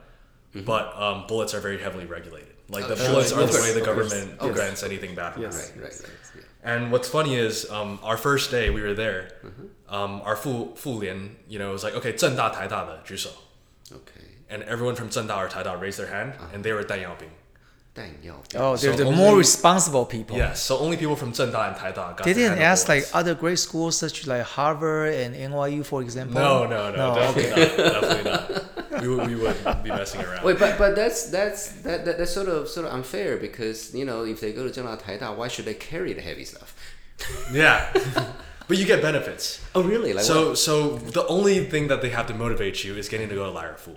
Speaker 3: but um, bullets are very heavily regulated. Like the
Speaker 1: Mm-hmm. Uh, sure.
Speaker 3: bullets
Speaker 1: Of
Speaker 3: are the
Speaker 1: course,
Speaker 3: way the
Speaker 1: of course.
Speaker 3: government
Speaker 1: Yes.
Speaker 3: grants anything back. from us.
Speaker 1: Right, right, right. Yeah.
Speaker 3: And what's funny is um, our first day we were there,
Speaker 1: Mm-hmm.
Speaker 3: um, our Fu Fu Lian, you know, was like okay, 正大台大的举手,
Speaker 1: Okay.
Speaker 3: and everyone from 正大 or 台大 raised their hand,
Speaker 1: Uh-huh.
Speaker 3: and they were 弹药兵.
Speaker 1: 弹药。
Speaker 4: Oh, they're
Speaker 3: So
Speaker 4: the more
Speaker 3: only-
Speaker 4: responsible people.
Speaker 3: Yes, so only people from 正大 and 台大 got.
Speaker 4: They
Speaker 3: their
Speaker 4: didn't
Speaker 3: hand on
Speaker 4: ask like
Speaker 3: bullets.
Speaker 4: other great schools such like Harvard and NYU, for example.
Speaker 3: No, no, no,
Speaker 4: okay.
Speaker 3: definitely not. Definitely not. We would, we would be messing around.
Speaker 1: Wait, but but that's that's that, that that's sort of sort of unfair because you know if they go to Zhenghua Taida, why should they carry the heavy stuff?
Speaker 3: Yeah, but you get benefits.
Speaker 1: Oh, really? Like
Speaker 3: So,
Speaker 1: what?
Speaker 3: so the only thing that they have to motivate you is getting to go to Lyrafu,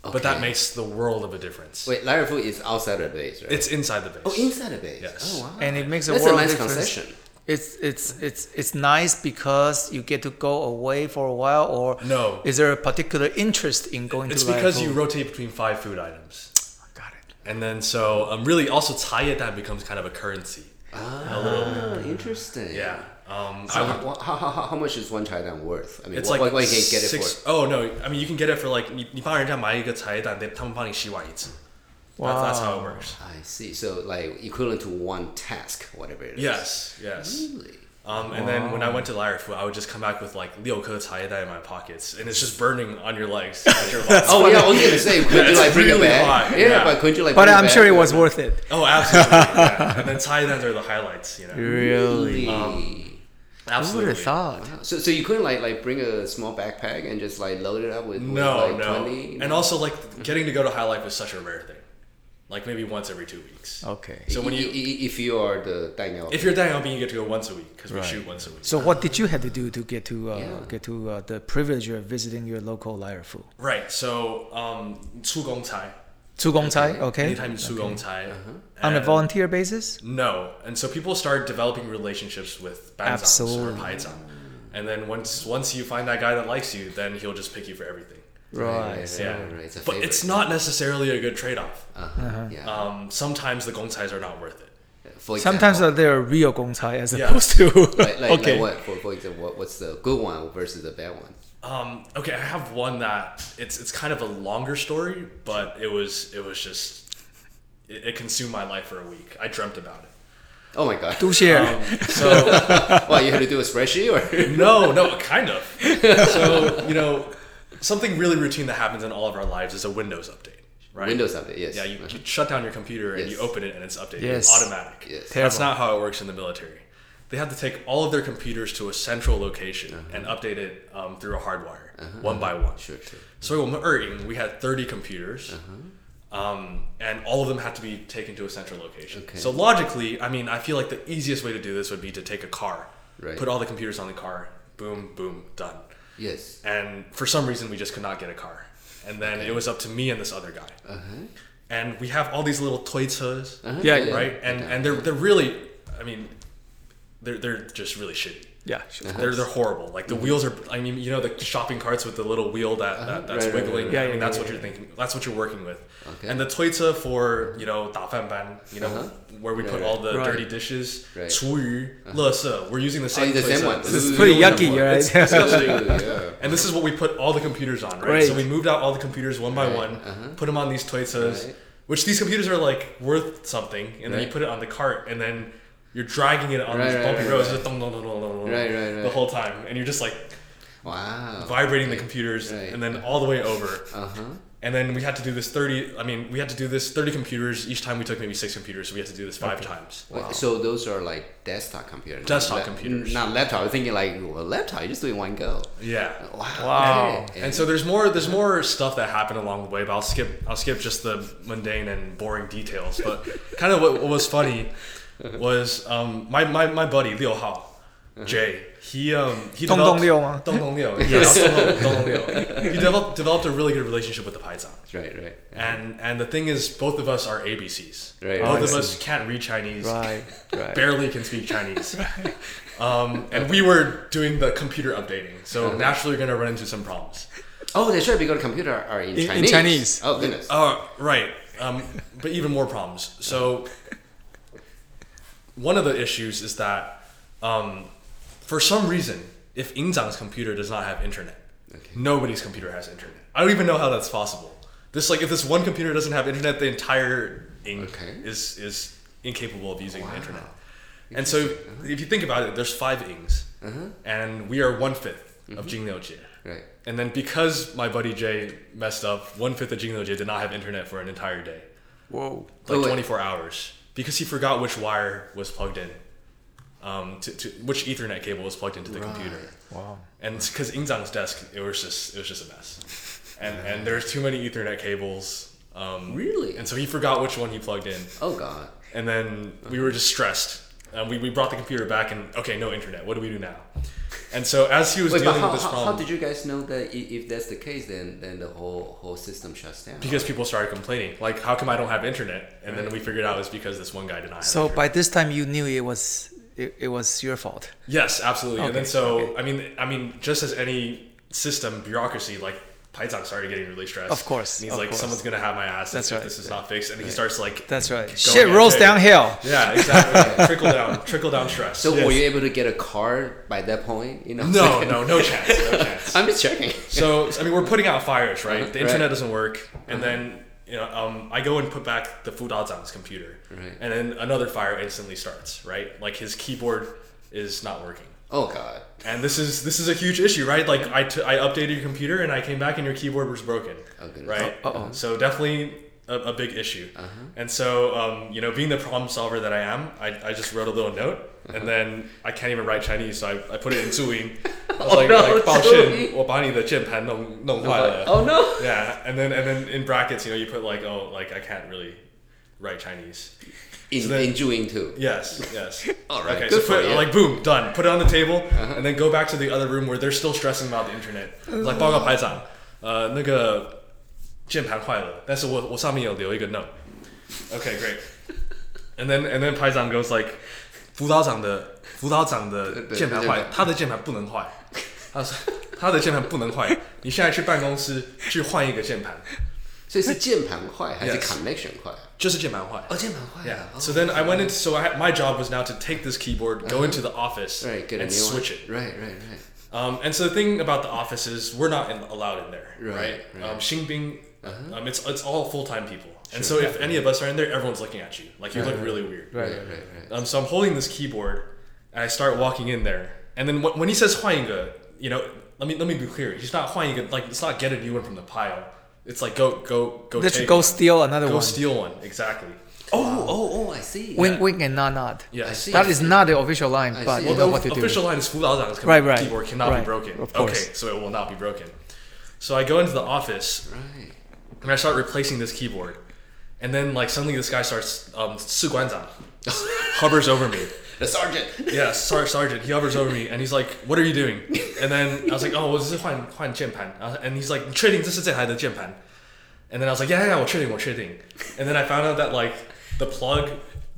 Speaker 3: but that
Speaker 1: Okay.
Speaker 3: makes the world of a difference.
Speaker 1: wait, Lyrafu is outside the base, right?
Speaker 3: It's inside the base.
Speaker 1: oh, inside the base.
Speaker 3: Yes.
Speaker 1: Oh, wow.
Speaker 4: And it makes a
Speaker 1: that's a
Speaker 4: world
Speaker 1: nice
Speaker 4: difference.
Speaker 1: concession.
Speaker 4: It's it's it's it's nice because you get to go away for a while, or
Speaker 3: No.
Speaker 4: Is there a particular interest in going
Speaker 3: it's
Speaker 4: to? Lion
Speaker 3: because
Speaker 4: Pool?
Speaker 3: you rotate between five food items,
Speaker 4: got it.
Speaker 3: and then so um, really also Taiyetan becomes kind of a currency.
Speaker 1: Ah, interesting.
Speaker 3: Yeah. Um,
Speaker 1: So how, how, how, how much is one Taida worth? I mean,
Speaker 3: it's
Speaker 1: what,
Speaker 3: like
Speaker 1: what, what you can get it
Speaker 3: six-
Speaker 1: for?
Speaker 3: Oh no! I mean, you can get it for like 你你帮人家买一个茶叶蛋，they他们帮你洗碗一次。That's, that's how it works.
Speaker 1: I see. So like equivalent to one task, whatever it is.
Speaker 3: Yes. Yes.
Speaker 1: Really?
Speaker 3: Um, and then when I went to Lyrefu, I would just come back with like Leo Ke in my pockets, and it's just burning on your legs. as you're walking.
Speaker 1: Oh yeah, I was gonna say, could you
Speaker 3: That's
Speaker 1: like bring it
Speaker 3: really
Speaker 1: back?
Speaker 3: hot,
Speaker 1: Yeah,
Speaker 3: yeah.
Speaker 1: but could you like?
Speaker 4: But
Speaker 1: bring
Speaker 4: I'm
Speaker 1: back?
Speaker 4: sure it was worth it.
Speaker 3: oh, absolutely. Yeah. And then Thaidans are the highlights, you know.
Speaker 1: Really?
Speaker 4: Who would
Speaker 3: Absolutely.
Speaker 4: have thought?
Speaker 1: Um, So, so you couldn't like like bring a small backpack and just like load it up with, with
Speaker 3: No,
Speaker 1: like
Speaker 3: no.
Speaker 1: twenty.
Speaker 3: And also, like getting to go to High Life was such a rare thing. Like maybe once every two weeks.
Speaker 1: Oh.
Speaker 4: Okay.
Speaker 3: So when
Speaker 1: I-
Speaker 3: you,
Speaker 1: i- if you are the Daniel,
Speaker 3: if you're Dang Albin, you get to go once a week because we
Speaker 4: Right.
Speaker 3: shoot once a week.
Speaker 4: So what did you have to do to get to uh,
Speaker 1: Yeah.
Speaker 4: get to uh, the privilege of visiting your local liar food?
Speaker 3: Right. So um, 出公差.
Speaker 4: Zugongcai, okay,
Speaker 3: Anytime 出公差.
Speaker 1: Uh-huh.
Speaker 4: on a
Speaker 3: And-
Speaker 4: volunteer basis.
Speaker 3: No, and so people start developing relationships with banzans or
Speaker 4: Absolutely.
Speaker 3: paizan, and then once once you find that guy that likes you, then he'll just pick you for everything.
Speaker 1: right,
Speaker 4: Right.
Speaker 1: right,
Speaker 3: Yeah,
Speaker 1: right, right, it's a
Speaker 3: but
Speaker 1: favorite.
Speaker 3: it's not necessarily a good trade-off.
Speaker 1: Uh-huh, Yeah.
Speaker 3: Um, sometimes the gongsais are not worth it.
Speaker 1: for
Speaker 4: Sometimes
Speaker 1: example,
Speaker 4: there are real gongcai as
Speaker 3: Yeah.
Speaker 4: opposed to
Speaker 1: like, like,
Speaker 4: okay.
Speaker 1: like what for, for example, what, what's the good one versus the bad one?
Speaker 3: Um, okay, I have one that it's it's kind of a longer story, but it was it was just it, it consumed my life for a week. I dreamt about it.
Speaker 1: Oh my god!
Speaker 4: Do share.
Speaker 3: um, So.
Speaker 1: what you had to do a spreadsheet or?
Speaker 3: No, no, kind of. So, you know, something really routine that happens in all of our lives is a Windows update, right?
Speaker 1: Windows update, yes. Uh-huh.
Speaker 3: Yeah, you, you shut down your computer and you
Speaker 1: Yes.
Speaker 3: open it and it's updated.
Speaker 4: Yes.
Speaker 3: It's automatic.
Speaker 1: Yes.
Speaker 3: That's
Speaker 4: Terrible.
Speaker 3: not how it works in the military. They have to take all of their computers to a central location
Speaker 1: Uh-huh.
Speaker 3: and update it um, through a hardwire, one by one.
Speaker 1: Sure, sure.
Speaker 3: So, we had 30 computers.
Speaker 1: Uh-huh.
Speaker 3: Um, and all of them had to be taken to a central location. So logically, I mean, I feel like the easiest way to do this would be to take a car,
Speaker 1: Right.
Speaker 3: put all the computers on the car, boom, boom, done.
Speaker 1: Yes.
Speaker 3: And for some reason, we just could not get a car. And then it was up to me and this other guy.
Speaker 1: Uh-huh.
Speaker 3: And we have all these little Toyotas,
Speaker 4: Yeah,
Speaker 1: Uh-huh.
Speaker 4: yeah.
Speaker 3: right? And and they're they're really, I mean, they're they're just really shitty.
Speaker 4: Yeah, sure.
Speaker 1: Uh-huh.
Speaker 3: They're they're horrible. Like
Speaker 1: Mm-hmm.
Speaker 3: the wheels are. I mean, you know the shopping carts with the little wheel that, that that's
Speaker 1: Uh-huh. Right, right,
Speaker 3: wiggling.
Speaker 1: right.
Speaker 4: Yeah,
Speaker 3: I
Speaker 4: yeah,
Speaker 3: mean, that's
Speaker 4: yeah,
Speaker 3: what
Speaker 4: yeah,
Speaker 3: you're thinking. That's what you're working with.
Speaker 1: Okay.
Speaker 3: And the Toyota for you know ban, you know
Speaker 1: Uh-huh.
Speaker 3: where we
Speaker 1: Right,
Speaker 3: put
Speaker 1: right.
Speaker 3: all the
Speaker 4: Right.
Speaker 3: dirty dishes,
Speaker 1: Right. Uh-huh. Oh,
Speaker 3: 厨余,垃圾. We're using the same.
Speaker 1: the same
Speaker 3: Toyota.
Speaker 1: one.
Speaker 3: This
Speaker 1: This
Speaker 3: is
Speaker 1: is
Speaker 4: pretty
Speaker 1: the only
Speaker 4: yucky,
Speaker 1: one.
Speaker 4: right?
Speaker 1: It's disgusting. yeah.
Speaker 3: and this is what we put all the computers on, right?
Speaker 4: Right.
Speaker 3: So we moved out all the computers one by
Speaker 1: Right,
Speaker 3: one,
Speaker 1: uh-huh.
Speaker 3: put them on these Toyotas,
Speaker 1: Right.
Speaker 3: which these computers are like worth something, and then you
Speaker 1: Right.
Speaker 3: put it on the cart, and then you're dragging it on
Speaker 1: Right,
Speaker 3: these
Speaker 1: right,
Speaker 3: bumpy
Speaker 1: right,
Speaker 3: roads,
Speaker 1: right.
Speaker 3: just dum, dum, dum, dum, dum, dum,
Speaker 1: Right, right,
Speaker 3: the
Speaker 1: right.
Speaker 3: whole time, and you're just like
Speaker 1: Wow.
Speaker 3: vibrating the computers,
Speaker 1: right.
Speaker 3: and then all the way over.
Speaker 1: Uh huh.
Speaker 3: And then we had to do this 30, I mean, we had to do this 30 computers. Each time we took maybe six computers, so we had to do this five times.
Speaker 1: So those are like desktop computers.
Speaker 3: Desktop
Speaker 1: not-
Speaker 3: computers.
Speaker 1: Not laptop. I was thinking like well, laptop. You just doing one go.
Speaker 3: Yeah.
Speaker 1: Wow.
Speaker 4: Wow.
Speaker 1: Okay.
Speaker 3: And so there's more there's more stuff that happened along the way, but I'll skip I'll skip just the mundane and boring details. But kind of what, what was funny was um, my, my, my buddy Liu Hao, Jay. He um he
Speaker 4: 东东六吗？
Speaker 3: Dong Dong Liu, yes, Dong Dong Liu. He developed developed a really good relationship with the Python.
Speaker 1: right, right.
Speaker 3: And and the thing is, both of us are ABCs.
Speaker 1: Right.
Speaker 3: Both
Speaker 1: I
Speaker 3: of us can't read Chinese.
Speaker 4: Right, right.
Speaker 3: barely can speak Chinese. um, and we were doing the computer updating, so naturally we're gonna run into some problems.
Speaker 1: Oh, that's right. Because computer are in
Speaker 4: In- in
Speaker 1: Chinese.
Speaker 4: Chinese.
Speaker 1: Oh goodness.
Speaker 3: Uh, right. Um, but even more problems. So one of the issues is that um, for some reason, if Ingzang's computer does not have internet, nobody's computer has internet. I don't even know how that's possible. This like if this one computer doesn't have internet, the entire Ing
Speaker 1: Okay.
Speaker 3: is is incapable of using the internet. And so
Speaker 1: Uh-huh.
Speaker 3: if you think about it, there's five Ings, and we are one of Jingneojie.
Speaker 1: Mm-hmm. Right.
Speaker 3: And then because my buddy Jay messed up, one fifth of Jinglo Jay did not have internet for an entire day,
Speaker 4: Whoa.
Speaker 3: like
Speaker 1: Oh, wait.
Speaker 3: 24 hours, because he forgot which wire was plugged in, um, to, to which Ethernet cable was plugged into the computer,
Speaker 4: Wow.
Speaker 3: and because Ingzang's desk, it was just it was just a mess, and and there's too many Ethernet cables. Um,
Speaker 1: Really?
Speaker 3: And so he forgot which one he plugged in,
Speaker 1: Oh god.
Speaker 3: and then we were just stressed. Um, we, we brought the computer back and okay, no internet. What do we do now? And so as he was
Speaker 1: Wait, but
Speaker 3: dealing
Speaker 1: how,
Speaker 3: with this
Speaker 1: how,
Speaker 3: problem,
Speaker 1: how did you guys know that i- if that's the case, then then the whole whole system shuts down?
Speaker 3: because people started complaining like how come i don't have internet and then we figured out it's because this one guy did not have
Speaker 4: So
Speaker 3: internet.
Speaker 4: by this time you knew it was it, it was your fault.
Speaker 3: yes absolutely and then
Speaker 4: Okay,
Speaker 3: so i mean i mean just as any system bureaucracy like Python started getting really stressed.
Speaker 4: Of course,
Speaker 3: and he's
Speaker 4: of
Speaker 3: like,
Speaker 4: course.
Speaker 3: someone's gonna have my ass.
Speaker 4: That's
Speaker 3: if
Speaker 4: right,
Speaker 3: This is not fixed, and he starts like,
Speaker 4: That's right.
Speaker 3: Shit
Speaker 4: Shit
Speaker 3: rolls
Speaker 4: rolls
Speaker 3: ahead.
Speaker 4: downhill.
Speaker 3: yeah, exactly, trickle down, trickle down stress.
Speaker 1: So
Speaker 3: Yes.
Speaker 1: were you able to get a car by that point? You know.
Speaker 3: No, no, no chance, no chance.
Speaker 1: I'm just checking.
Speaker 3: So I mean, we're putting out fires, right? The internet
Speaker 1: Uh-huh. Right. Uh-huh.
Speaker 3: doesn't work, and then you know, um, I go and put back the Fudazan's computer,
Speaker 1: Right.
Speaker 3: and then another fire instantly starts, right? Like his keyboard is not working,
Speaker 1: Oh god.
Speaker 3: and this is this is a huge issue, right? Like I t- I updated your computer, and I came back, and your keyboard was broken,
Speaker 1: Oh, goodness. Uh-huh.
Speaker 3: right?
Speaker 4: Uh-oh.
Speaker 3: So definitely. A, a big issue, and so um, you know, being the problem solver that I am, I, I just wrote a little note,
Speaker 1: Uh-huh.
Speaker 3: and then I can't even write Chinese, so I, I put it in Zhuing. I was
Speaker 1: Oh,
Speaker 3: like,
Speaker 1: no,
Speaker 3: like, 抱歉,
Speaker 1: 注音。
Speaker 3: 我把你的键盘弄弄坏了。
Speaker 1: Oh no.
Speaker 3: yeah, and then and then in brackets, you know, you put like, oh, like I can't really write Chinese.
Speaker 1: In,
Speaker 3: then-
Speaker 1: in Jewing too.
Speaker 3: Yes, yes.
Speaker 1: All right,
Speaker 3: Okay,
Speaker 1: good
Speaker 3: so
Speaker 1: for
Speaker 3: put
Speaker 1: you. Uh-huh.
Speaker 3: like boom, done. Put it on the table, and then go back to the other room where they're still stressing about the internet. Like Uh, 报告排长，呃，那个键盘坏了，但是我我上面有留一个 note. Okay, great. And then and then 排长 goes like,
Speaker 1: 对，对，对，对。
Speaker 3: 辅导长的辅导长的键盘坏，他的键盘不能坏。他说他的键盘不能坏，你现在去办公室去换一个键盘，就是键
Speaker 1: 所以是键
Speaker 3: 盘坏。
Speaker 1: 盘坏还是
Speaker 3: Yes.
Speaker 1: connection Oh, 坏？哦，键盘坏。
Speaker 3: Yeah.
Speaker 1: 哦
Speaker 3: so then I went into. So I, my job was now to take this keyboard, go into the office,
Speaker 1: Uh-huh. Right, get a
Speaker 3: and
Speaker 1: new
Speaker 3: switch
Speaker 1: one.
Speaker 3: it.
Speaker 1: Right, right, right.
Speaker 3: Um, and so the thing about the office is we're not in, allowed in there, right?
Speaker 1: Right, right. Uh-huh.
Speaker 3: Um, Xingbing, um, it's it's all full time people, and so if any of us are in there, everyone's looking at you, like you look really weird.
Speaker 1: Right, right, right.
Speaker 3: Um, so I'm holding this keyboard, and I start walking in there, and then when, when he says Huayinga, you know, let me let me be clear, he's not Huayinga, like it's not get a new one from the pile. It's like go go go.
Speaker 4: Let's
Speaker 3: take
Speaker 4: go
Speaker 3: one.
Speaker 4: steal another
Speaker 3: Go
Speaker 4: one.
Speaker 3: steal one exactly.
Speaker 1: Oh, oh, oh, I see.
Speaker 4: Wink wink and nod nod.
Speaker 3: Yes.
Speaker 1: I see.
Speaker 4: That is not the official line,
Speaker 1: I
Speaker 4: but
Speaker 1: see.
Speaker 4: you
Speaker 1: Well,
Speaker 4: know
Speaker 3: the
Speaker 4: what to do.
Speaker 3: official line is "辅导长
Speaker 4: Right, right,
Speaker 3: keyboard cannot
Speaker 4: right,
Speaker 3: be broken.
Speaker 4: of
Speaker 3: okay,
Speaker 4: course.
Speaker 3: so it will not be broken. So I go into the office
Speaker 1: Right.
Speaker 3: and I start replacing this keyboard. And then like suddenly this guy starts um, 士官长 hovers over me.
Speaker 1: The sergeant.
Speaker 3: Yeah, sar- sergeant. He hovers over me and he's like, "What are you doing?" And then I was like, "Oh, 我只是换换键盘." Uh, And he's like, "你确定这是这台的键盘?" And then I was like, "Yeah, yeah, yeah 我确定，我确定." And then I found out that like the plug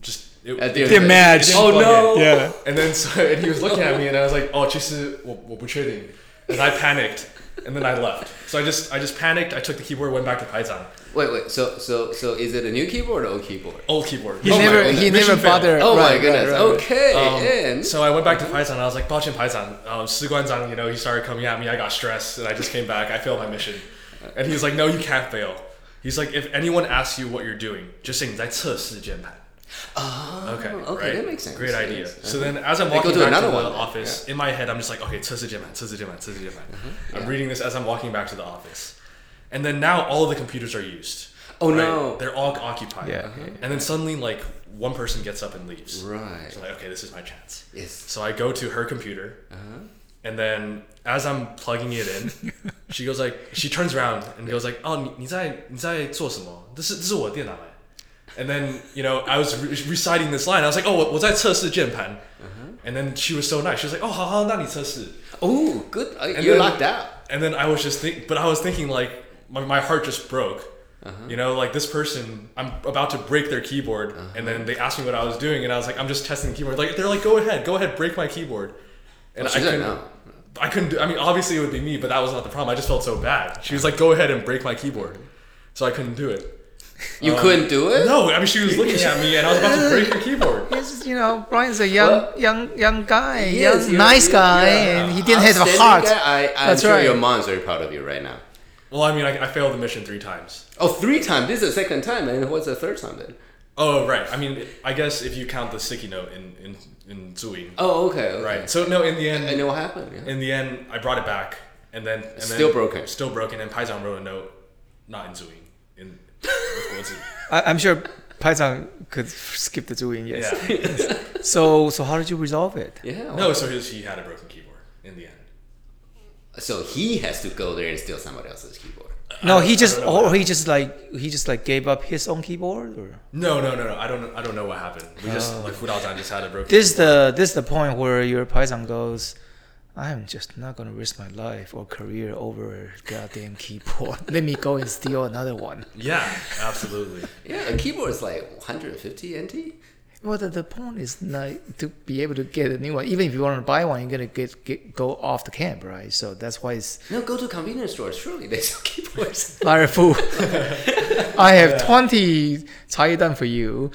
Speaker 3: just it,
Speaker 1: At the end
Speaker 3: it
Speaker 1: of the day.
Speaker 2: They're mad.
Speaker 3: didn't
Speaker 2: Oh,
Speaker 3: plug
Speaker 2: no.
Speaker 3: in.
Speaker 2: Yeah.
Speaker 3: And then so and he was looking at me and I was like, "Oh, 其实我我不确定." And I panicked and then I left. So I just I just panicked. I took the keyboard, went back to Python.
Speaker 1: Wait, wait. So, so, so, is it a new keyboard or old keyboard?
Speaker 3: Old keyboard.
Speaker 2: He
Speaker 1: Oh my
Speaker 2: never
Speaker 1: goodness.
Speaker 2: he
Speaker 3: Mission
Speaker 2: never
Speaker 3: failed.
Speaker 2: bothered.
Speaker 1: Oh my
Speaker 2: right, right,
Speaker 1: goodness.
Speaker 2: right, right.
Speaker 1: okay.
Speaker 3: Um,
Speaker 1: and
Speaker 3: so I went back to Python. I was like, "Bachin Python." Um, Siguanzang, you know, he started coming at me. I got stressed, and I just came back. I failed my mission, and he's like, "No, you can't fail." He's like, "If anyone asks you what you're doing, just saying that's Jianpan."
Speaker 1: Oh,
Speaker 3: Okay,
Speaker 1: okay,
Speaker 3: right?
Speaker 1: that makes sense.
Speaker 3: Great
Speaker 1: That
Speaker 3: idea.
Speaker 1: makes sense.
Speaker 3: So then, as I'm
Speaker 1: They go
Speaker 3: walking
Speaker 1: to
Speaker 3: back
Speaker 1: another
Speaker 3: to the
Speaker 1: one then.
Speaker 3: office, in my head, I'm just like, "Okay, Jianpan."
Speaker 1: Uh-huh,
Speaker 3: I'm reading this as I'm walking back to the office, and then now all the computers are used.
Speaker 1: Oh, no. Uh-huh.
Speaker 3: They're all occupied.
Speaker 2: Yeah. Okay.
Speaker 3: And then suddenly, like one person gets up and leaves.
Speaker 1: Right.
Speaker 3: So like, okay, this is my chance.
Speaker 1: Yes.
Speaker 3: So I go to her computer, and then as I'm plugging it in, she goes like, she turns around and goes like, "Oh, 你-你在你在做什么？这是这是我的电脑哎。" And then you know I was re- reciting this line. I was like, "Oh, 我我在测试键盘." And then she was so nice. She was like, "Oh, 好好，那你测试."
Speaker 1: Oh, good. Uh,
Speaker 3: And
Speaker 1: You're
Speaker 3: then-
Speaker 1: locked out.
Speaker 3: And then I was just think, but I was thinking like, my, my heart just broke.
Speaker 1: Uh-huh.
Speaker 3: You know, like this person, I'm about to break their keyboard,
Speaker 1: Uh-huh.
Speaker 3: and then they asked me what I was doing, and I was like, I'm just testing the keyboard. Like they're like, go ahead, go ahead, break my keyboard. And
Speaker 1: Oh, she
Speaker 3: I
Speaker 1: said
Speaker 3: couldn't.
Speaker 1: no.
Speaker 3: I couldn't. Do, I mean, obviously it would be me, but that was not the problem. I just felt so bad. She was like, go ahead and break my keyboard, so I couldn't do it.
Speaker 1: You couldn't do it.
Speaker 3: No, I mean she was looking at me, and I was about to break her keyboard.
Speaker 2: He's, you know, Brian's a young,
Speaker 1: Well,
Speaker 2: young, young guy,
Speaker 1: He
Speaker 2: young,
Speaker 1: is, you're-
Speaker 2: nice
Speaker 1: you're-
Speaker 2: guy,
Speaker 1: you're
Speaker 2: and he didn't have a
Speaker 1: outstanding
Speaker 2: heart.
Speaker 1: guy. I, I'm
Speaker 2: That's
Speaker 1: sure
Speaker 2: right.
Speaker 1: your mom's very proud of you right now.
Speaker 3: Well, I mean, I, I failed the mission three times.
Speaker 1: Oh, three times. This is the second time, and what's the third time then?
Speaker 3: Oh right. I mean, I guess if you count the sticky note in in in Zui.
Speaker 1: Oh, okay. okay.
Speaker 3: Right. So no, in the end,
Speaker 1: And then what happened? Yeah.
Speaker 3: in the end, I brought it back, and then and
Speaker 1: Still
Speaker 3: then,
Speaker 1: broken.
Speaker 3: still broken. And Python wrote a note, not in Zooing, in with Zooing.
Speaker 2: I, I'm sure Python could skip the doing. Yes.
Speaker 3: Yeah.
Speaker 2: So, so how did you resolve it?
Speaker 1: yeah.
Speaker 3: No, so his, he had a broken keyboard in the end.
Speaker 1: So he has to go there and steal somebody else's keyboard.
Speaker 2: No, he just,
Speaker 3: don't know what
Speaker 2: or he just like, he just like gave up his own keyboard, or.
Speaker 3: No, no, no, no. I don't. I don't know what happened. We just like Fudao-san just had a broken.
Speaker 2: Oh. This is the this is the point where your Python goes. I'm just not gonna risk my life or career over a goddamn keyboard. Let me go and steal another one.
Speaker 3: yeah, absolutely.
Speaker 1: Yeah, a keyboard is like 150 NT.
Speaker 2: Well, the, the point is not to be able to get a new one. Even if you want to buy one, you're gonna get, get go off the camp, right? So that's why it's
Speaker 1: No, go to convenience stores. Surely they sell keyboards.
Speaker 2: liar fool. I have twenty chai done for you.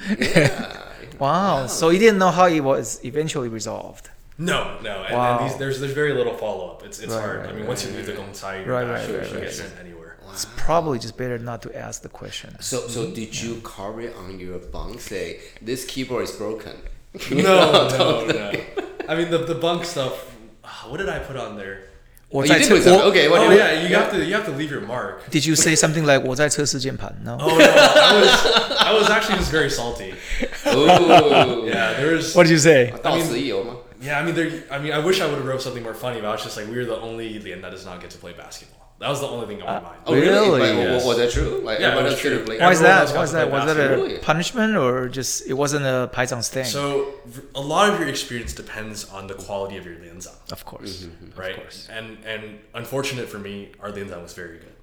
Speaker 2: wow. So you didn't know how it was eventually resolved.
Speaker 3: No, no. And,
Speaker 2: Wow.
Speaker 3: and these, there's there's very little follow up. It's it's
Speaker 2: Right,
Speaker 3: hard.
Speaker 2: right,
Speaker 3: I mean, once you leave the Gongsai, you're
Speaker 2: Right,
Speaker 3: not
Speaker 2: right,
Speaker 3: sure
Speaker 2: right,
Speaker 3: if you
Speaker 2: right.
Speaker 3: get sent anywhere.
Speaker 2: It's probably just better not to ask the question.
Speaker 1: So, so did you carve it on your bunk? Say this keyboard is broken.
Speaker 3: No, no, no. I mean, the the bunk stuff. ah, What did I put on there?
Speaker 1: Oh, you did put something. Okay, what
Speaker 3: Oh
Speaker 1: did-
Speaker 3: yeah, you have to you have to leave your mark.
Speaker 2: Did you say something like 我在测试键盘? No.
Speaker 3: Oh no, I was I was actually just very salty.
Speaker 1: Ooh.
Speaker 3: Yeah, there was.
Speaker 2: What did you say?
Speaker 1: I mean, CEO, ma.
Speaker 3: Yeah, I mean, there. I mean, I wish I would have wrote something more funny, but I was just like, we're the only Lian that does not get to play basketball. That was the only thing on my
Speaker 2: Uh,
Speaker 3: mind.
Speaker 1: Oh, really?
Speaker 2: Really?
Speaker 1: Like, wa- wa-
Speaker 3: Yes.
Speaker 1: was that true? Like,
Speaker 3: Yeah, it
Speaker 1: everyone
Speaker 3: was
Speaker 1: else didn't
Speaker 3: true.
Speaker 1: play?
Speaker 2: Why is
Speaker 3: Everyone
Speaker 2: that?
Speaker 3: else
Speaker 2: Why
Speaker 3: got
Speaker 2: is
Speaker 3: to
Speaker 2: that?
Speaker 3: play
Speaker 2: Was that a
Speaker 1: basketball.
Speaker 2: punishment or just it wasn't a Python's thing?
Speaker 3: So v- a lot of your experience depends on the quality of your lianzang,
Speaker 2: Oh, of course.
Speaker 3: right? And and unfortunate for me, our lianzang was very good.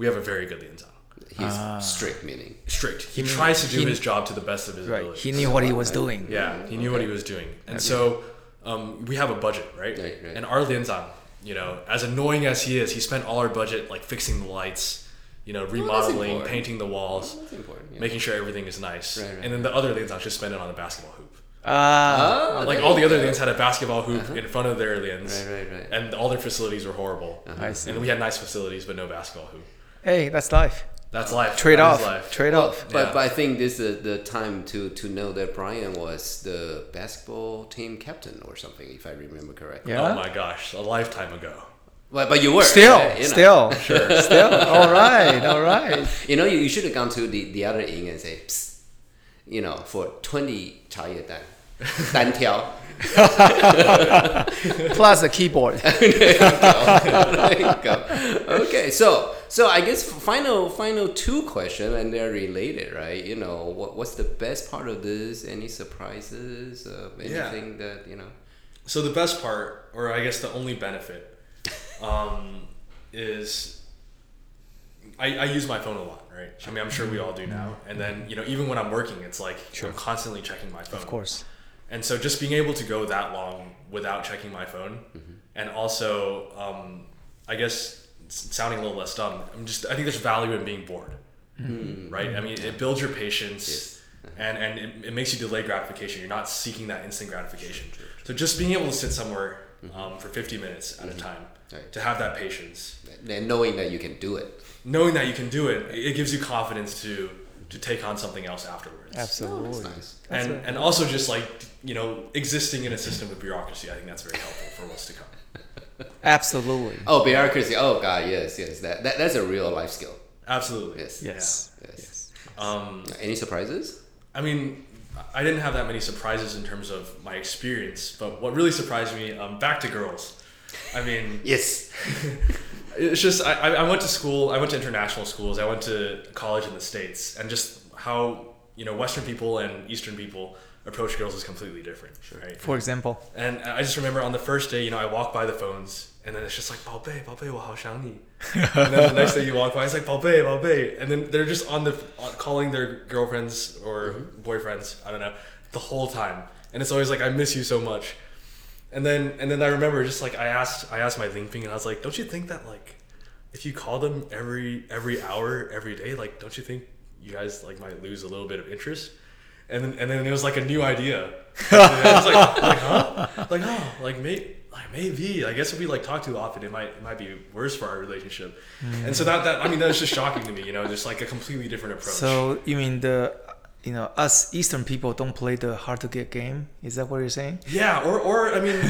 Speaker 3: We have a very good lianzang.
Speaker 1: He's strict, meaning.
Speaker 3: Strict. He, tries to do his job to the best of his
Speaker 2: Right.
Speaker 3: ability.
Speaker 2: He knew what he was doing.
Speaker 3: Yeah, he knew what he was doing. And so um, we have a budget, right?
Speaker 1: Right, right.
Speaker 3: And our Lianzang, you know, as annoying as he is, he spent all our budget like fixing the lights, you know, remodeling,
Speaker 1: Oh, important. Oh,
Speaker 3: painting the walls,
Speaker 1: That's important. Yeah.
Speaker 3: making sure everything is nice.
Speaker 1: Right, right,
Speaker 3: and then the other Lianzang just spent it on a basketball hoop.
Speaker 2: Ah,
Speaker 1: Oh,
Speaker 3: Like
Speaker 1: there
Speaker 3: all the
Speaker 1: you
Speaker 3: other
Speaker 1: go. Uh-huh.
Speaker 3: Lians had a basketball hoop in front of their Lians.
Speaker 1: Right, right, right. Uh-huh.
Speaker 3: And all their facilities were horrible.
Speaker 2: I see.
Speaker 3: And we had nice facilities, but no basketball hoop.
Speaker 2: hey, that's life.
Speaker 3: That's life.
Speaker 2: Trade
Speaker 3: That is
Speaker 2: off.
Speaker 3: life.
Speaker 2: Trade off.
Speaker 1: But,
Speaker 3: Yeah.
Speaker 1: but I think this is the time to, to know that Brian was the basketball team captain or something, if I remember correctly.
Speaker 2: Yeah.
Speaker 3: oh my gosh, a lifetime ago.
Speaker 1: But, but you were.
Speaker 2: Still,
Speaker 1: uh, you know.
Speaker 2: still, still. All right, all right.
Speaker 1: You know, you, you should have gone to the, the other ing and say, Psst, you know, for 20 chao ye dan. Dan tiao.
Speaker 2: Plus a keyboard.
Speaker 1: There you go. Okay, so So I guess final final two question and they're related, right? You know, what what's the best part of this? Any surprises? Uh,
Speaker 3: Yeah.
Speaker 1: anything that you know?
Speaker 3: So the best part, or I guess the only benefit, um, is I, I use my phone a lot, right? I mean, I'm sure we all do now. And then you know, even when I'm working, it's like I'm constantly checking my phone.
Speaker 4: Of course.
Speaker 3: And so just being able to go that long without checking my phone, and also, um, I guess s- sounding a little less dumb, I'm just I think there's value in being bored, right? I mean, it builds your patience. And, and it, it makes you delay gratification. You're not seeking that instant gratification. So just being able to sit somewhere um, for 50 minutes at a time,
Speaker 1: Right.
Speaker 3: to have that patience,
Speaker 1: And knowing that you can do it.
Speaker 3: knowing that you can do it, it gives you confidence to to take on something else afterwards.
Speaker 4: Absolutely.
Speaker 1: Oh, That's nice.
Speaker 3: And and also just like you know existing in a system of bureaucracy, I think that's very helpful for what's to come.
Speaker 4: Absolutely.
Speaker 1: Oh, bureaucracy. Oh God, yes, yes. That, that that's a real life skill.
Speaker 3: Absolutely.
Speaker 1: Yes.
Speaker 4: Yes.
Speaker 1: Yes.
Speaker 3: Um,
Speaker 1: Any surprises?
Speaker 3: I mean, I didn't have that many surprises in terms of my experience, but what really surprised me, um, back to girls. I mean,
Speaker 1: Yes.
Speaker 3: it's just I, I I went to school i went to international schools i went to college in the states and just how you know western people and eastern people approach girls is completely different right
Speaker 4: For example,
Speaker 3: and i just remember on the first day you know i walked by the phones and then it's just like "宝贝,宝贝,我好想你." and then the next day you walk by it's like "宝贝,宝贝," and then they're just on the on- calling their girlfriends or boyfriends i don't know the whole time and it's always like i miss you so much and then and then I remember just like I asked I asked my Lingping and I was like, don't you think that like if you call them every every hour every day, like don't you think you guys like might lose a little bit of interest? And then and then it was like a new idea. And I was like, like huh? Like oh, like may Like maybe I guess if we like talk too often, it might it might be worse for our relationship, and so that that I mean that was just shocking to me, you know, just like a completely different approach.
Speaker 4: so you mean the, you know, us Eastern people don't play the hard to get game? Is that what you're saying?
Speaker 3: Yeah, or or I mean,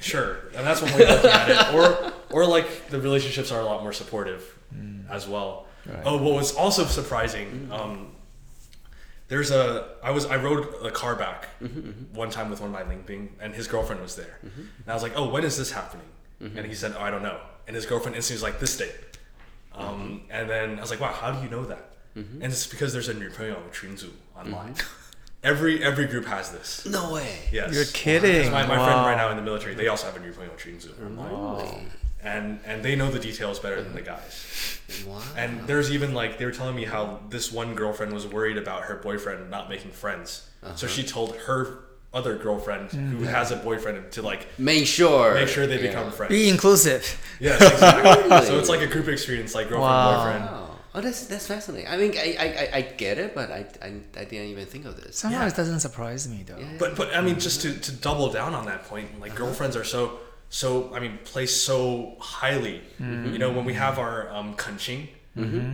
Speaker 3: sure, and that's one way of looking at it. Or or like the relationships are a lot more supportive as well. Oh, what was also surprising. Um, there's a I was I rode a car back one time with one of my Lingping and his girlfriend was there, and I was like, oh, when is this happening? And he said, oh, I don't know. And his girlfriend instantly was like, this date. Um, and then I was like, wow, how do you know that? And it's because there's a Nirpyo Trinzu online. Every every group has this.
Speaker 1: No way.
Speaker 3: Yes.
Speaker 4: You're kidding.
Speaker 3: My, my
Speaker 4: wow.
Speaker 3: friend right now in the military, they also have a new point on shooting Zoom. And and they know the details better than the guys.
Speaker 1: Wow.
Speaker 3: And there's even like they were telling me how this one girlfriend was worried about her boyfriend not making friends.
Speaker 4: Uh-huh.
Speaker 3: So she told her other girlfriend who has a boyfriend to like
Speaker 1: Make sure.
Speaker 3: make sure they
Speaker 1: Yeah.
Speaker 3: become friends.
Speaker 4: Be inclusive.
Speaker 3: Yes, exactly. so
Speaker 1: Really?
Speaker 3: it's like a group experience, like girlfriend,
Speaker 4: Wow.
Speaker 3: boyfriend.
Speaker 1: Wow. Oh, that's that's fascinating. I mean, I I, I, I get it, but I, I I didn't even think of this.
Speaker 4: Somehow it doesn't surprise me though.
Speaker 3: But but I mean, just to, to double down on that point, like girlfriends are so so I mean placed so highly. You know, when we have our um, kanching,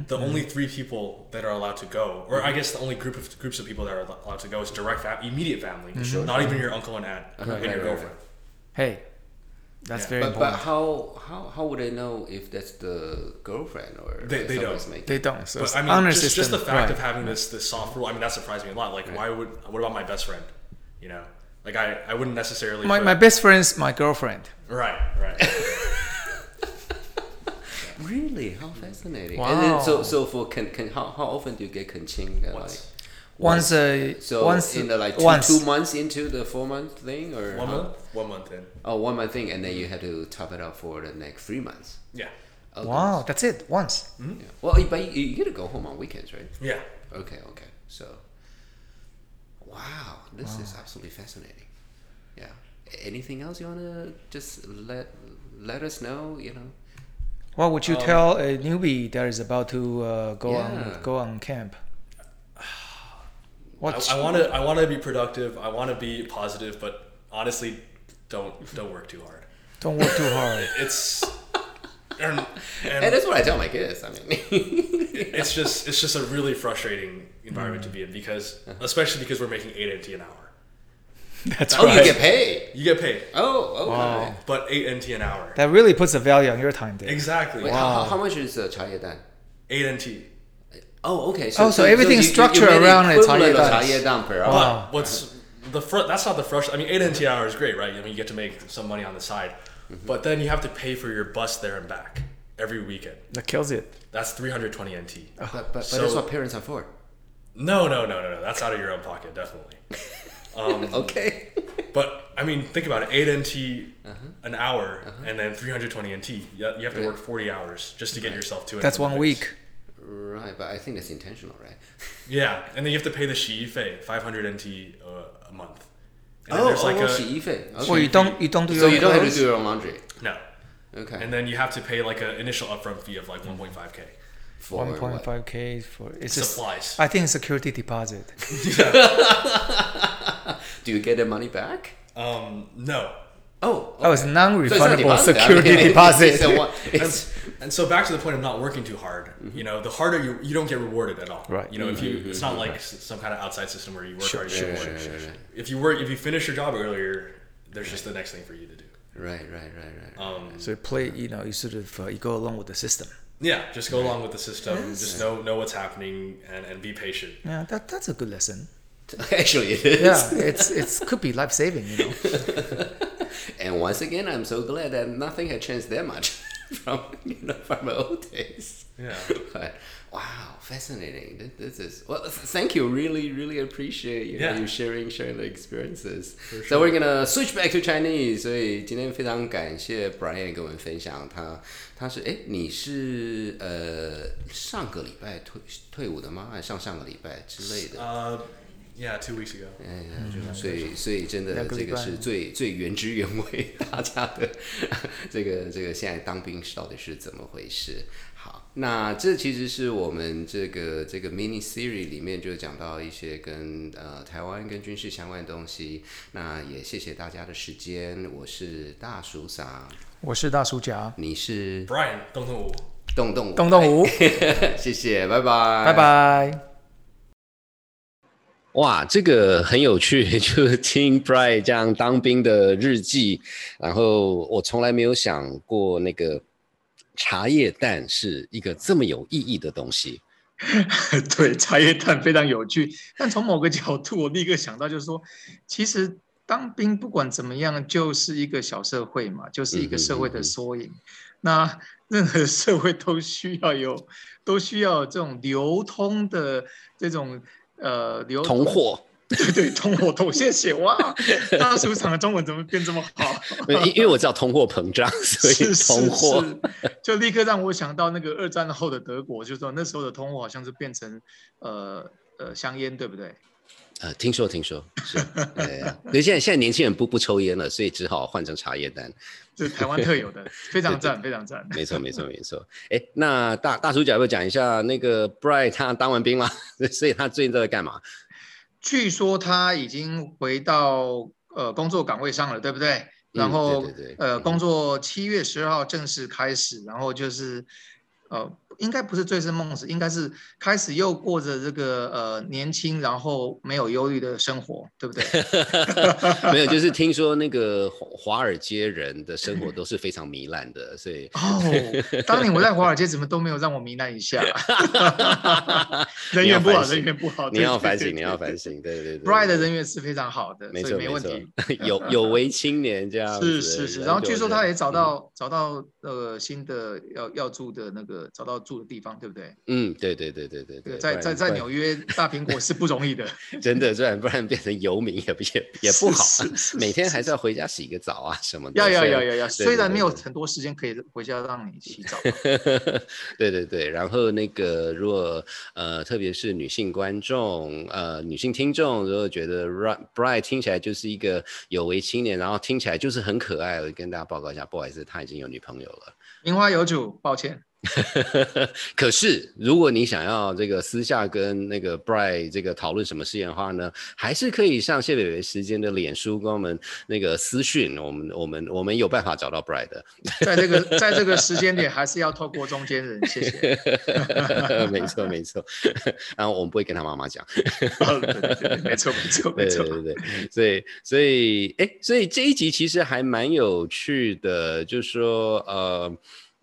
Speaker 3: the only three people that are allowed to go, or I guess the only group of groups of people that are al- allowed to go is direct fam- immediate family, not even your uncle and aunt and
Speaker 1: Right,
Speaker 3: your
Speaker 1: right,
Speaker 3: girlfriend.
Speaker 4: Hey, that's
Speaker 3: Yeah.
Speaker 4: very
Speaker 1: But, but
Speaker 4: important.
Speaker 1: how, how how would I know if that's the girlfriend or
Speaker 3: They- they
Speaker 1: someone's
Speaker 3: don't.
Speaker 1: mate?
Speaker 4: they don't. So
Speaker 3: But
Speaker 4: it's
Speaker 3: I mean,
Speaker 4: honor
Speaker 3: just,
Speaker 4: system.
Speaker 3: just the fact
Speaker 4: right.
Speaker 3: of having this this soft rule, I mean, that surprised me a lot. Like, why would what about my best friend? You know, like I, I wouldn't necessarily
Speaker 4: my,
Speaker 3: put-
Speaker 4: my best friend's my girlfriend.
Speaker 3: right right.
Speaker 1: Really? How fascinating! And then, so
Speaker 4: Wow.
Speaker 1: so for can, can how, how often do you get kanching? Uh,
Speaker 3: Once.
Speaker 1: Like,
Speaker 4: Once a
Speaker 1: so
Speaker 4: once
Speaker 1: in the, like two,
Speaker 4: once.
Speaker 1: two months into the four month thing or
Speaker 3: One
Speaker 1: how-
Speaker 3: month, one month in.
Speaker 1: Oh, one month thing, and then you have to top it up for the next three months.
Speaker 3: Yeah,
Speaker 1: Oh,
Speaker 4: Wow, that's it. Once.
Speaker 1: that's- yeah. Well, but you, you get to go home on weekends, right?
Speaker 3: yeah.
Speaker 1: Okay, okay. So, wow, this is absolutely fascinating. Yeah. A- Anything else you wanna just let let us know? You know.
Speaker 4: What would you tell a newbie that is about to uh, go
Speaker 1: Um, Yeah.
Speaker 4: on go on camp? What?
Speaker 3: I want to. I want to be productive. I want to be positive, but honestly, don't don't work too hard.
Speaker 4: don't work too hard.
Speaker 3: It's and, and
Speaker 1: And that's what I tell my kids. I mean,
Speaker 3: it's just it's just a really frustrating environment to be in because especially because we're making eight NT an hour.
Speaker 4: That's
Speaker 1: oh, you
Speaker 4: right.
Speaker 1: get paid.
Speaker 3: You get paid,
Speaker 1: Oh, okay.
Speaker 4: Wow.
Speaker 3: but eight NT an hour.
Speaker 4: That really puts a value on your time there.
Speaker 3: Exactly,
Speaker 1: Wait, how, how- how much is uh, chai dan?
Speaker 3: eight NT.
Speaker 1: Oh, okay.
Speaker 4: Oh, so everything's structured around a茶叶蛋.
Speaker 1: chai dan per hour.
Speaker 4: Wow.
Speaker 3: But what's the fr- That's not the first. I mean, eight NT an hour is great, right? I mean, you get to make some money on the side, but then you have to pay for your bus there and back. every weekend.
Speaker 4: That kills it.
Speaker 3: That's 320 NT.
Speaker 5: But but, but
Speaker 3: So-
Speaker 5: that's what parents are for.
Speaker 3: No, no, no, no, no. That's out of your own pocket, definitely. Um,
Speaker 5: Okay.
Speaker 3: But I mean, think about it. Eight NT an hour, and then 320 NT. You you have to work 40 hours just to get yourself to it.
Speaker 4: That's one week.
Speaker 5: right, but I think that's intentional, right?
Speaker 3: Yeah, and then you have to pay the shi fei 500 NT uh, a month. And then
Speaker 5: Oh,
Speaker 3: there's like
Speaker 5: oh,
Speaker 3: a
Speaker 5: she even. Okay.
Speaker 4: Well, you don't you don't do
Speaker 5: so
Speaker 4: your
Speaker 5: you don't have to
Speaker 4: clothes.
Speaker 5: do your own laundry.
Speaker 3: no,
Speaker 5: Okay.
Speaker 3: and then you have to pay like an initial upfront fee of like 1.5k
Speaker 5: For
Speaker 4: One point
Speaker 5: what?
Speaker 4: five k for it's just.
Speaker 3: supplies.
Speaker 4: I think security deposit.
Speaker 5: Do you get the money back?
Speaker 3: Um, no,
Speaker 5: Oh.
Speaker 4: Oh, it's
Speaker 5: So it's not
Speaker 4: non-refundable
Speaker 5: deposit, I
Speaker 4: security
Speaker 5: mean,
Speaker 4: deposit.
Speaker 5: It's a one-
Speaker 3: and,
Speaker 5: it's-
Speaker 3: and so back to the point of not working too hard.
Speaker 5: Mm-hmm.
Speaker 3: You know, the harder you you don't get rewarded at all.
Speaker 4: Right.
Speaker 3: You know, if you it's not like s- some kind of outside system where you work hard, you
Speaker 5: Mm-hmm. Sure,
Speaker 3: get
Speaker 5: sure,
Speaker 3: rewarded.
Speaker 5: sure, sure.
Speaker 3: If you work, if you finish your job earlier, there's just the next thing for you to do.
Speaker 5: Right, right, right, right, right.
Speaker 3: Um,
Speaker 4: So you play, you know, you sort of uh, you go along with the system.
Speaker 3: yeah, just go along with the system. Just know know what's happening and, and be patient.
Speaker 4: Yeah, that, that's a good lesson.
Speaker 5: Actually, it is.
Speaker 4: Yeah, it's it's could be life saving, you know.
Speaker 5: And once again, I'm so glad that nothing had changed that much from you know from my old days.
Speaker 3: Yeah.
Speaker 5: But wow, fascinating. Th- This is well. th- Thank you. Really, really appreciate you, know,
Speaker 3: Yeah.
Speaker 5: you sharing sharing the experiences. So we're gonna switch back to Chinese. 所以今天非常感谢 Brian 跟我们分享他他是哎你是呃上个礼拜退退伍的吗？还是上上个礼拜之类的？
Speaker 3: Uh, yeah, two weeks ago.
Speaker 5: 哎呀，就是所以所以真的
Speaker 4: 嗯两个
Speaker 5: 这
Speaker 4: 礼
Speaker 5: 个
Speaker 4: 拜
Speaker 5: 是最最原汁原味大家的这个这个现在当兵是到底是怎么回事？好，那这其实是我们这个这个 mini series 里面就讲到一些跟呃台湾跟军事相关的东西。那也谢谢大家的时间，我是大叔桑，
Speaker 4: 我是大叔甲，
Speaker 5: 你是
Speaker 3: Brian, don't know.
Speaker 5: 洞洞，
Speaker 4: 东东吴，
Speaker 5: 谢谢，拜拜，
Speaker 4: 拜。拜。
Speaker 1: 哇，这个很有趣， 就是听 Brian 这样当兵的日记，然后我从来没有想过那个茶叶蛋是一个这么有意义的东西。
Speaker 2: 对，茶叶蛋非常有趣，但从某个角度，我立刻想到就是说，其实当兵不管怎么样，就是一个小社会嘛，就是一个社会
Speaker 5: 嗯嗯嗯
Speaker 2: 的
Speaker 5: 嗯
Speaker 2: 缩影。那 任何社会都需要有，都需要有这种流通的这种呃流
Speaker 1: 同货，
Speaker 2: 对对通货通，谢谢哇！大叔场的中文怎么变这么好？
Speaker 1: 因为因为我知道通货膨胀， 所以
Speaker 2: 是是
Speaker 1: 通货。
Speaker 2: 是就立刻让我想到那个二战后的德国，就是说那时候的通货好像是变成呃呃香烟，对不对？
Speaker 1: 呃，听说听说是，呃，那现在现在年轻人不不抽烟了，所以只好换成茶叶蛋。
Speaker 2: 这是台湾特有的，非常赞，非常赞。
Speaker 1: 没错没错没错。哎，那大大叔姐要不要讲一下那个 Brian 他当完兵了， 所以他最近都在干嘛？
Speaker 2: 据说他已经回到呃工作岗位上了，对不对？
Speaker 1: 嗯
Speaker 2: 然后、
Speaker 1: 对对对
Speaker 2: 呃，
Speaker 1: 嗯
Speaker 2: 工作七月十二号正式开始，然后就是呃，应该不是醉生梦死，应该是开始又过着这个呃年轻然后没有忧虑的生活，对不对？
Speaker 1: 没有，就是听说那个华华尔街人的生活都是非常糜烂 的，所以
Speaker 2: 哦，当年我在华尔街怎么都没有让我糜烂 一下，人
Speaker 1: 你要
Speaker 2: 缘不好，
Speaker 1: 反省
Speaker 2: 人缘不好，
Speaker 1: 你要
Speaker 2: 哦对
Speaker 1: 反省，你要。
Speaker 2: 对对
Speaker 1: 反
Speaker 2: 对
Speaker 1: 省，对对对。
Speaker 2: Bright 的
Speaker 1: 对
Speaker 2: 人缘是非常好的，
Speaker 1: 没
Speaker 2: 所以
Speaker 1: 错
Speaker 2: 没
Speaker 1: 没
Speaker 2: 问
Speaker 1: 错
Speaker 2: 题。，
Speaker 1: 有有为青年这样
Speaker 2: 是
Speaker 1: 子。
Speaker 2: 是是，
Speaker 1: 有
Speaker 2: 然后据
Speaker 1: 有
Speaker 2: 说他
Speaker 1: 人嗯
Speaker 2: 也找到找到呃新的要要住的那个找到住的地方，对不对？
Speaker 1: 嗯，对对对对对
Speaker 2: 这
Speaker 1: 对，
Speaker 2: 个在
Speaker 1: 不然
Speaker 2: 在在
Speaker 1: 不然
Speaker 2: 纽约大苹果是不容 易的，
Speaker 1: 真 的，不然不然变成游民也不也也不好
Speaker 2: 是是是，
Speaker 1: 每天还是要回家洗个澡啊什么的。
Speaker 2: 要要
Speaker 1: 虽然
Speaker 2: 要要要，
Speaker 1: 对
Speaker 2: 虽
Speaker 1: 对
Speaker 2: 然
Speaker 1: 对
Speaker 2: 没有
Speaker 1: 对
Speaker 2: 很多时间可以回家让你洗澡，
Speaker 1: 对对对，然后那个如果呃，特别是女性观众呃，女性听众，如果觉得 Ra- Bright 听起来就是一个有为青年，然后听起来就是很可爱，我跟大家报告一下，不好意思，他已经有女朋友了。
Speaker 2: 名花有主，抱歉，
Speaker 1: 可是如果你想要这个私下跟那个 Bright 这个讨论什么事情的话呢，还是可以上谢北北时间的脸书跟我们那个私讯，我们我们我们有办法找到 Bright 的。
Speaker 2: 在这个在这个时间点还是要透过中间人，谢谢。
Speaker 1: 没错没错， 然后我们不会跟他妈妈讲。
Speaker 2: 哦对对对对没错没错
Speaker 1: 对对
Speaker 2: 没错，
Speaker 1: 对对，所以所以哎，所以这一集其实还蛮有趣的，就是说呃。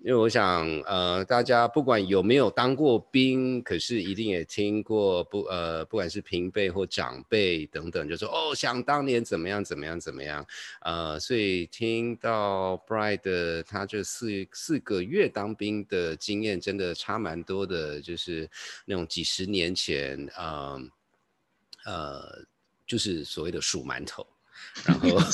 Speaker 1: 因为我想，呃，大家不管有没有当过兵，可是一定也听过不，呃，不管是平辈或长辈等等，就说哦，想当年怎么样怎么样怎么样，呃，所以听到 Bride 的他这四四个月当兵的经验，真的差蛮多的，就是那种几十年前，呃，呃，就是所谓的数馒头。然
Speaker 2: 哦
Speaker 1: 后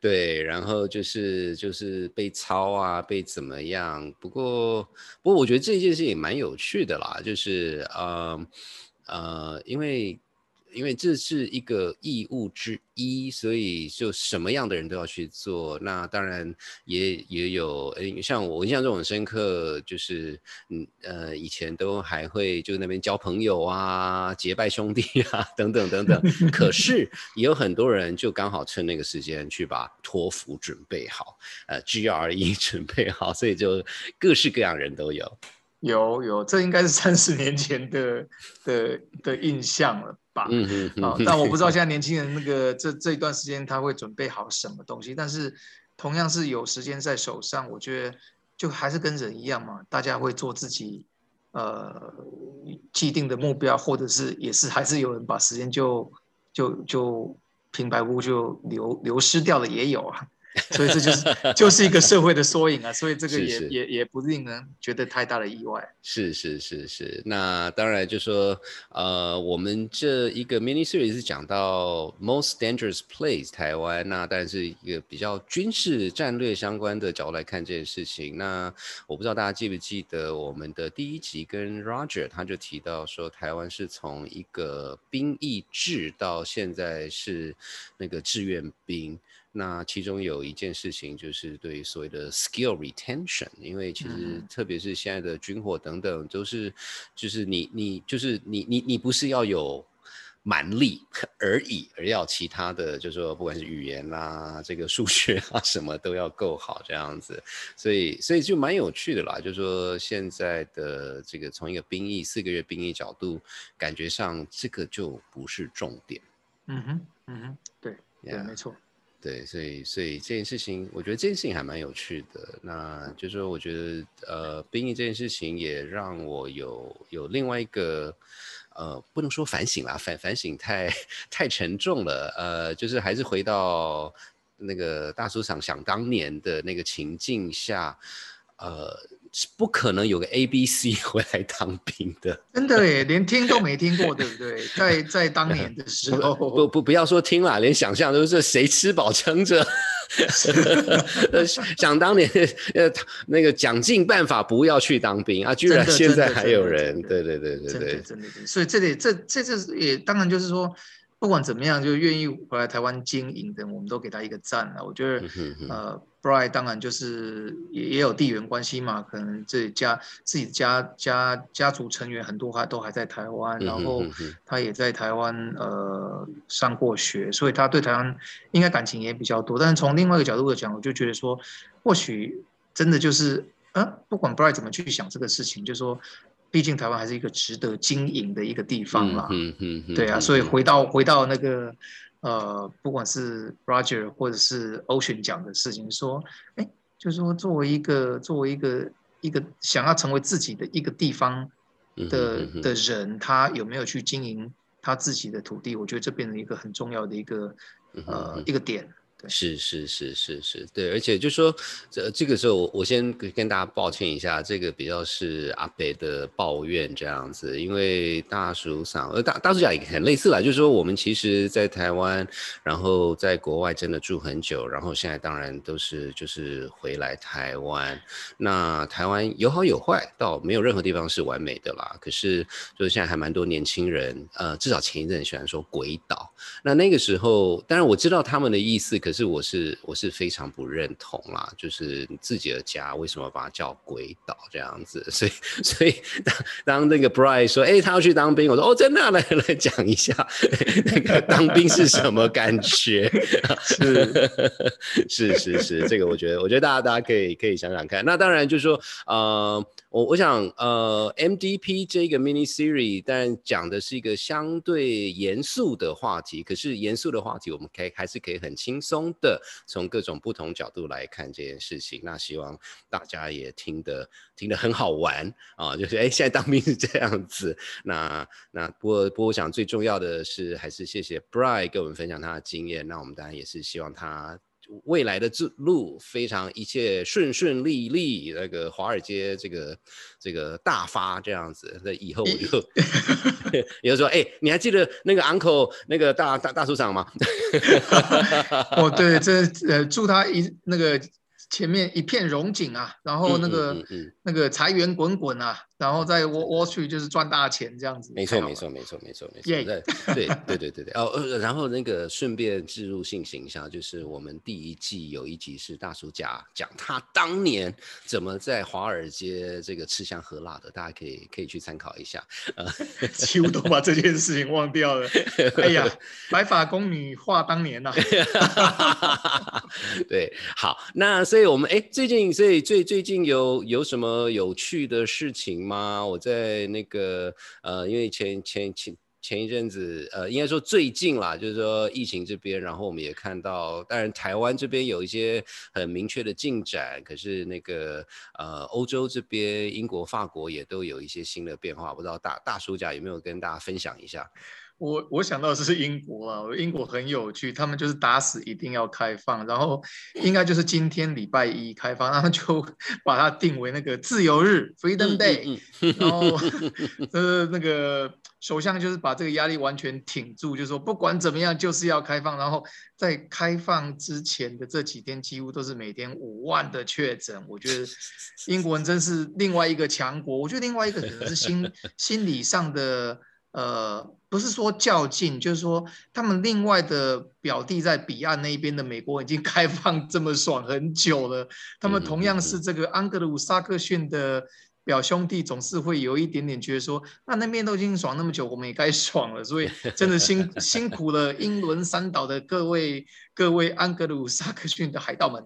Speaker 1: 对，然后就是就是被抄啊，被怎么样？不过不过，我觉得这件事情也蛮有趣的啦，就是呃呃，因为因为这是一个义务之一，所以就什么样的人都要去做。那当然也也有，诶像我印象中很深刻，就是嗯呃，以前都还会就那边交朋友啊，结拜兄弟啊， 等等等等。可 是也有很多人就刚好趁那个时间去把托福准备好，呃，GRE 准备好，所以就各式各样人都有。
Speaker 2: 有有，这应该是三十年前的的的印象了吧？
Speaker 1: 嗯哼哼
Speaker 2: 啊、但我不知道现在年轻人那个这这一段时间他会准备好什么东西，但是同样是有时间在手上，我觉得就还是跟人一样嘛，大家会做自己呃既定的目标，或者是也是还是有人把时间就就就平白无故就流流失掉了也有啊，所以这就是就是一个社会的缩影啊，所以这个
Speaker 1: 是
Speaker 2: 也
Speaker 1: 是
Speaker 2: 也也不令人觉得太大的意外。
Speaker 1: 是是是是，那当然就说，呃，我们这一个 mini series 是讲到 most dangerous place 台湾，那但是一个比较军事战略相关的角度来看这件事情。那我不知道大家记不记得我们的第一集跟 Roger 他就提到说，台湾是从一个兵役制到现在是那个志愿兵。那其中有一件事情就是对于所谓的 skill retention，因为其实
Speaker 2: 嗯
Speaker 1: 特别是现在的军火等等，都是就是你你就是你你你不是要有蛮力而已，而要其他的，就是说不管是语言啦、这个数学啊什么都要够好这样子，所以所以就蛮有趣的啦，就是说现在的这个从一个兵役四个月兵役角度，感觉上这个就不是重点。
Speaker 2: 嗯哼，嗯哼，对对，
Speaker 1: Yeah
Speaker 2: 没错。
Speaker 1: 对，所以所以这件事情，我觉得这件事情还蛮有趣的。那就是说，我觉得呃，兵役这件事情也让我有有另外一个呃，不能说反省啦，反反省太太沉重了。呃，就是还是回到那个大叔想想当年的那个情境下，呃，是不可能有个 A、B、C 回来当兵的。
Speaker 2: 真的耶，连听都没听过，对不对？在在当年的时 候，
Speaker 1: 不不不要说听啦，连想象都是谁吃饱撑着。呃想当年，呃，那个蒋进办法不要去当兵啊，居然
Speaker 2: 真的
Speaker 1: 现在
Speaker 2: 真的
Speaker 1: 还有
Speaker 2: 真的
Speaker 1: 人，
Speaker 2: 真的
Speaker 1: 对对对对
Speaker 2: 真的
Speaker 1: 对，
Speaker 2: 真的，真的所以这里这这这也当然就是说，不管怎么样，就愿意回来台湾经营的，我们都给他一个赞啊。我觉得
Speaker 1: 嗯哼哼
Speaker 2: 呃，Brian 当然就是也也有地缘关系嘛，可能这家自己家家家族成员很多还都还在台湾，然后
Speaker 1: 嗯哼哼
Speaker 2: 他也在台湾呃上过学，所以他对台湾应该感情也比较多。但是从另外一个角度来讲，我就觉得说，或许真的就是啊，不管 Brian 怎么去想这个事情，就是说，毕竟台湾还是一个值得经营的一个地方啦。
Speaker 1: 嗯哼哼
Speaker 2: 对啊，
Speaker 1: 哼
Speaker 2: 所以
Speaker 1: 哼
Speaker 2: 回到回到那个呃，不管是 Roger 或者是 Ocean 讲的事情，说，哎，就是说作为一个作为一个一个想要成为自己的一个地方
Speaker 1: 嗯哼
Speaker 2: 的
Speaker 1: 嗯哼
Speaker 2: 的人，他有没有去经营他自己的土地？我觉得这变成一个很重要的一个
Speaker 1: 嗯哼
Speaker 2: 呃
Speaker 1: 哼
Speaker 2: 一个 点。
Speaker 1: 是是是是是，对，而且就说这这个时候，我先跟跟大家抱歉一下，这个比较是阿北的抱怨这样子，因为大叔嗓，呃大大叔讲也很类似啦，就是说我们其实，在台湾，然后在国外真的住很久，然后现在当然都是就是回来台湾，那台湾有好有坏，倒没有任何地方是完美的啦。可是就是现在还蛮多年轻人，呃，至少前一阵喜欢说鬼岛。那那个时候，当然我知道他们的意思，可是我是我是非常不认同啦，就是自己的家为什么把它叫鬼岛这样子？所以 所以当当那个 Brian 说，哎、他要去当兵，我说哦，真的啊、来 来讲一下那个当兵是什么感觉？ 是是是是，这个我觉得，我觉得大家大家可以可以想想看。那当然就是说，呃，我我想呃，MDP 这个 mini series 当然讲的是一个相对严肃的话题，可是严肃的话题我们可以还是可以很轻松。松的从各种不同角度来看这件事情。那希望大家也听得听得很好玩啊，就是哎，现在当兵是这样子。那那不过不过我想最重要的是还是谢谢 Brian 跟我们分享他的经验。那我们当然也是希望他。未来的之路非常一切顺顺利利，那个华尔街这个这个大发这样子，那以后我就
Speaker 2: 嗯
Speaker 1: 有人说，哎、你还记得那个 uncle 那个大大大叔长吗？
Speaker 2: 哦，对，这呃，祝他一那个前面一片荣景啊，然后那个、
Speaker 1: 嗯嗯嗯嗯
Speaker 2: 那个财源滚滚啊，然后 在 Wall Wall Street 就是赚大钱这样子。
Speaker 1: 没错，没错，没错，没错，没错。
Speaker 2: 耶
Speaker 1: 那对对对对对。哦，呃然后那个顺便置入性形象，就是我们第一季有一集是大叔甲讲他当年怎么在华尔街这个吃香喝辣的，大家可以可以去参考一下。
Speaker 2: 几乎都把这件事情忘掉了。哎呀，白发宫女话当年呐、啊
Speaker 1: 对，好，那所以我们哎，最近所以最最近有有什么有趣的事情吗？我在那个呃，因为前前前。前一阵子，呃，应该说最近啦，就是说疫情这边，然后我们也看到，当然台湾这边有一些很明确的进展，可是那个呃，欧洲这边，英国、法国也都有一些新的变化，不知道大大叔甲有没有跟大家分享一下？
Speaker 2: 我我想到的是英国啊，英国很有趣，他们就是打死一定要开放，然后应该就是今天礼拜一开放，他们就 把它定为那个自由日 （Freedom
Speaker 1: 嗯
Speaker 2: Day），、然后 呃那个首相就是把这个压力完全挺住，就说不管怎么样就是要开放，然后在开放之前的这几天几乎都是每天五万的确诊，我觉得英国人真是另外一个强国，我觉得另外一个可能是心心理上的。呃，不是说较劲，就是说他们另外的表弟在彼岸那一边的美国已经 开放这么爽很久了，他们同样是这个安格鲁萨克逊的表兄弟，总是会有一点点觉得说，那那边都已经爽那么久，我们也该爽了，所以真的辛辛苦了英伦三岛的各位各位安格鲁萨克逊的海盗们。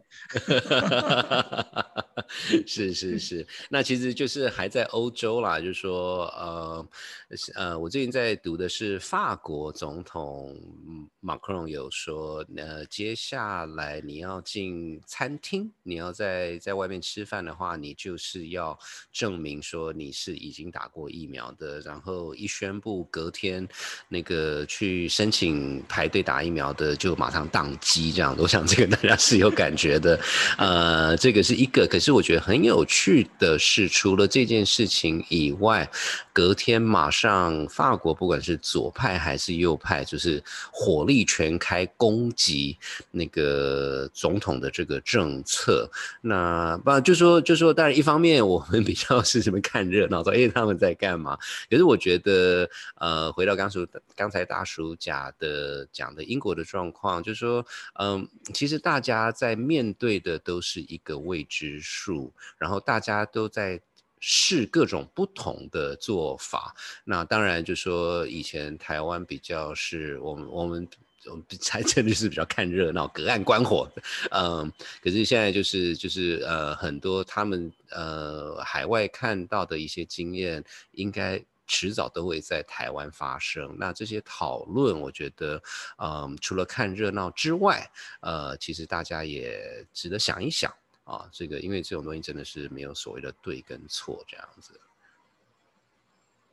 Speaker 1: 是是是，那其实就是还在欧洲啦，就是说，呃，是呃，我最近在读的是法国总统嗯 Macron 有说，呃，接下来你要进餐厅，你要在在外面吃饭的话，你就是要证明说你是已经打过疫苗的，然后一宣布隔天那个去申请排队打疫苗的就马上宕机这样子。我想这个大家是有感觉的，呃，这个是一个。可是我觉得很有趣的是，除了这件事情以外，隔天马上法国不管是左派还是右派，就是火力全开攻击那个总统的这个政策。那不就说就说，当然一方面我们比较是什么看热闹，说哎他们在干嘛？可是我觉得，呃，回到刚叔刚才大叔讲的讲的英国的状况，就是说，嗯，其实大家在面对的都是一个未知数，然后大家都在。试各种不同的做法，那当然就说以前台湾比较是我们我们我们财政就是比较看热闹，隔岸观火，嗯，可是现在就是就是呃，很多他们呃海外看到的一些经验，应该迟早都会在台湾发生。那这些讨论，我觉得，嗯、除了看热闹之外，呃，其实大家也值得想一想啊。这个因为这种东西真的是没有所谓的对跟错这样子。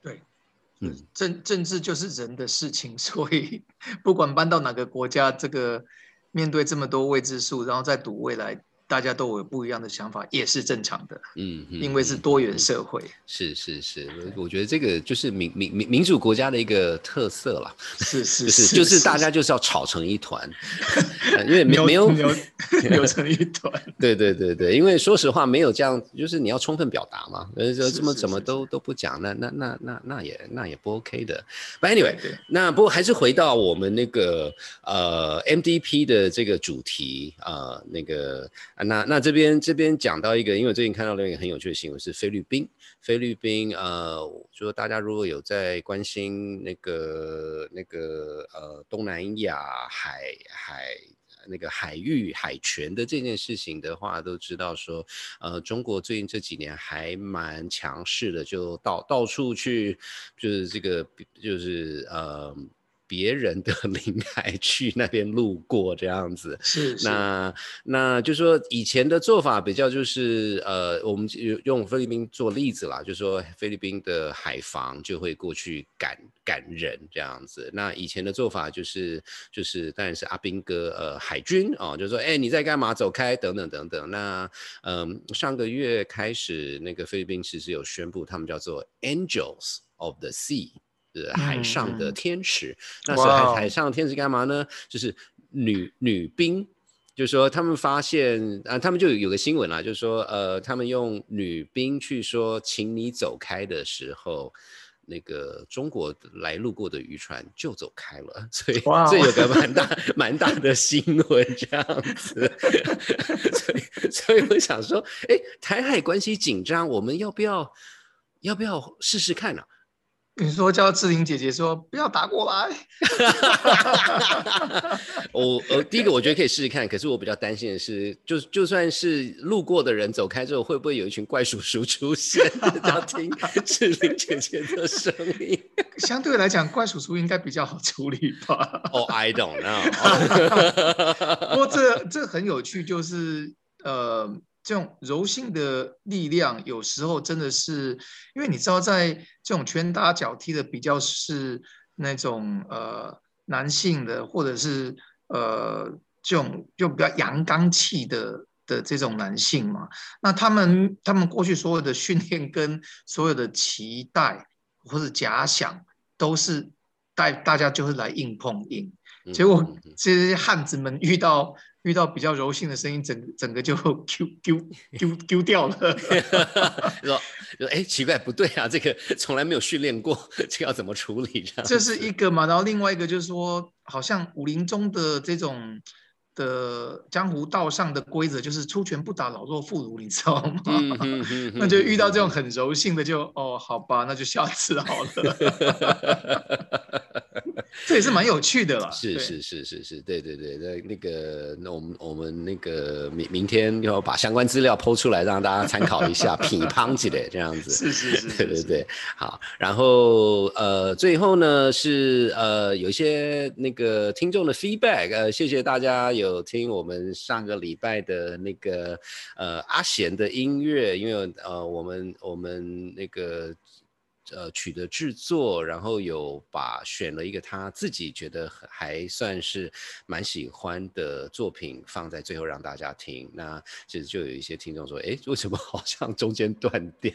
Speaker 2: 对，
Speaker 1: 嗯
Speaker 2: 政政治就是人的事情， 所以不管搬到哪个国家，这个面对这么多未知数，然后再赌未来，大家都有不一样的想法，也是正常的，
Speaker 1: 嗯，嗯
Speaker 2: 因为是多元 社会。
Speaker 1: 是是是，我我觉得这个就是民民民民主国家的一个特色啦。
Speaker 2: 是是
Speaker 1: 就是就是大家就是要吵成一 团，呃因为没
Speaker 2: 扭
Speaker 1: 没有
Speaker 2: 扭 扭成一团。
Speaker 1: 对对对对，因为说实话没有这样，就是你要充分表达嘛，呃，
Speaker 2: 是
Speaker 1: 这么
Speaker 2: 是
Speaker 1: 怎么
Speaker 2: 是
Speaker 1: 都都不讲，那那那那那也那也不 OK 的。But anyway，
Speaker 2: 对对
Speaker 1: 那不过还是回到我们那个呃 MDP 的这个主题啊、呃，那个啊那那这边这边讲到一个，因为我最近看到了一个很有趣的新闻，是菲律宾。菲律宾呃，就说大家如果有在关心那个那个呃东南亚海海那个海域海权的这件事情的话，都知道说，呃，中国最近这几年还蛮强势的，就到到处去，就是这个就是呃。别人的 领海去那边路过这样子。
Speaker 2: 是是
Speaker 1: 那那就说以前的做法比较就是呃，我们就用菲律宾做例子啦，就说菲律宾的海防就会过去赶赶人这样子。那以前的做法就是就是当然是阿兵哥呃海军哦，就说哎你在干嘛走开等等等等。那嗯、上个月开始那个菲律宾其实有宣布他们叫做 Angels of the Sea。呃，海上的
Speaker 2: 嗯
Speaker 1: 天使，那时候海
Speaker 2: 哇哦
Speaker 1: 海上天使干嘛呢？就是女女兵，就是说他们发现啊、他们就有有个新闻啦，就是说呃，他们用女兵去说“请你走开”的时候。那个中国来路过的渔船就走开了，所以
Speaker 2: 哇哦
Speaker 1: 这有个蛮大蛮大的新闻这样子， 所以所以我想说，哎，台海关系紧张，我们要不要要不要试试看啊？
Speaker 2: 你说叫志玲姐姐说不要打过来，
Speaker 1: 我呃，第一个我觉得可以试试看，可是我比较担心的是，就就算是路过的人走开之后，会不会有一群怪叔叔出现， 要听志玲姐姐的声 音？
Speaker 2: 相对来讲，怪叔叔应该比较好处理吧。
Speaker 1: 哦、i don't know
Speaker 2: 不过这这很有趣，就是呃，这种柔性的力量，有时候真的是，因为你知道，在这种拳打脚踢的比较是那种呃男性的，或者是呃这种就比较阳刚气的。的这种男性嘛，那他们他们过去所有的训练跟所有的期待或者假想，都是带大家就是来硬碰硬，
Speaker 1: 嗯。
Speaker 2: 结果
Speaker 1: 嗯嗯
Speaker 2: 这些汉子们遇到遇到比较柔性的声音，整个整个就 丢丢 丢丢掉了。
Speaker 1: 嗯说说哎，奇怪，不对啊，这个从来没有训练过，这个要怎么处理？这样
Speaker 2: 这是一个嘛，然后另外一个就是说，好像武林中的这种的江湖道上的规则，就是出拳不打老弱妇孺，你知道吗？
Speaker 1: 嗯哼哼
Speaker 2: 那就遇到这
Speaker 1: 种。
Speaker 2: 种很柔性的就，哦，好吧，那就下次好 了。这也是蛮有趣的啦。
Speaker 1: 是
Speaker 2: 对
Speaker 1: 是是是是，对对对，那那个，那我们我们那个明明天要把相关资料剖出来，让大家参考一 下，乒乓起来这样子。
Speaker 2: 是是
Speaker 1: 对
Speaker 2: 是，是
Speaker 1: 对
Speaker 2: 是
Speaker 1: 对，好，然后呃，最后呢是呃有一些那个听众的 feedback，呃，谢谢大家有听我们上个礼拜的那个呃阿贤的音乐，因为呃我们我们那个。呃，曲的制作，然后有把选了一个他自己觉得很还算是蛮喜欢的作品放在最后让大家听。那其实就有一些听众说，诶，为什么好像中间断掉？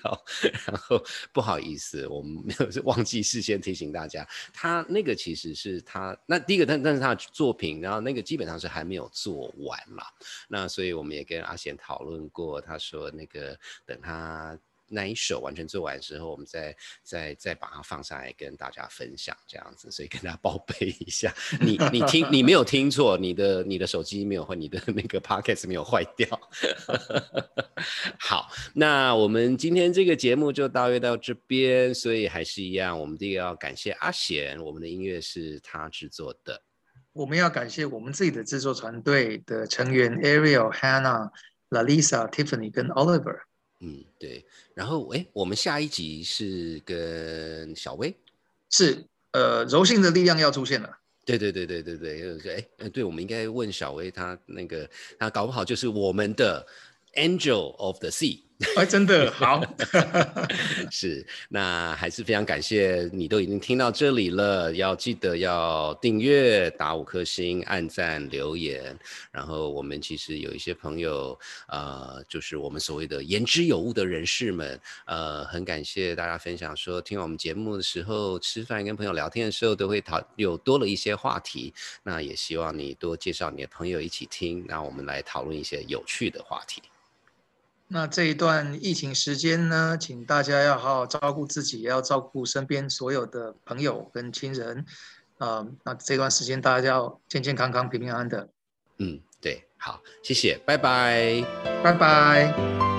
Speaker 1: 然后不好意思，我们没有 忘记事先提醒大家，他那个其实是他那第一个，但但是他的作品，然后那个基本上是还没有做完啦。那所以我们也跟阿贤讨论过，他说那个等他。那一首完全做完之后，我们再再再把它放上来跟大家分享，这样子，所以跟大家报备一下。你你听，你没有听错，你的你的手机没有坏，你的那个 podcast 没有坏掉。 好，那我们今天这个节目就大约到这边，所以还是一样，我们第一个要感谢阿贤，我们的音乐是他制作的。
Speaker 2: 我们要感谢我们自己的制作团队的成员 Ariel、Hannah、Lalisa、Tiffany 跟 Oliver。
Speaker 1: 嗯，对。然后，哎，我们下一集是跟小薇。
Speaker 2: 是，呃，柔性的力量要出现了。
Speaker 1: 对对对对对对，就是哎，呃对，我们应该问小薇，她那个，她搞不好就是我们的 Angel of the Sea。
Speaker 2: 哎，真的好，
Speaker 1: 是，那还是非常感谢你都已经听到这里了，要记得要订阅、打五颗星、按赞、留言。然后我们其实有一些朋友，呃，就是我们所谓的言之有物的人士们，呃，很感谢大家分享说，听完我们节目的时候，吃饭跟朋友聊天的时候，都会讨有多了一些话题。那也希望你多介绍你的朋友一起听，那我们来讨论一些有趣的话题。
Speaker 2: 那这一段疫情时间呢，请大家要好好照顾自己，也要照顾身边所有的朋友跟亲人。啊、那这段时间大家要健健康康、平平安安的。
Speaker 1: 嗯，对，好，谢谢，拜拜。
Speaker 2: 拜拜。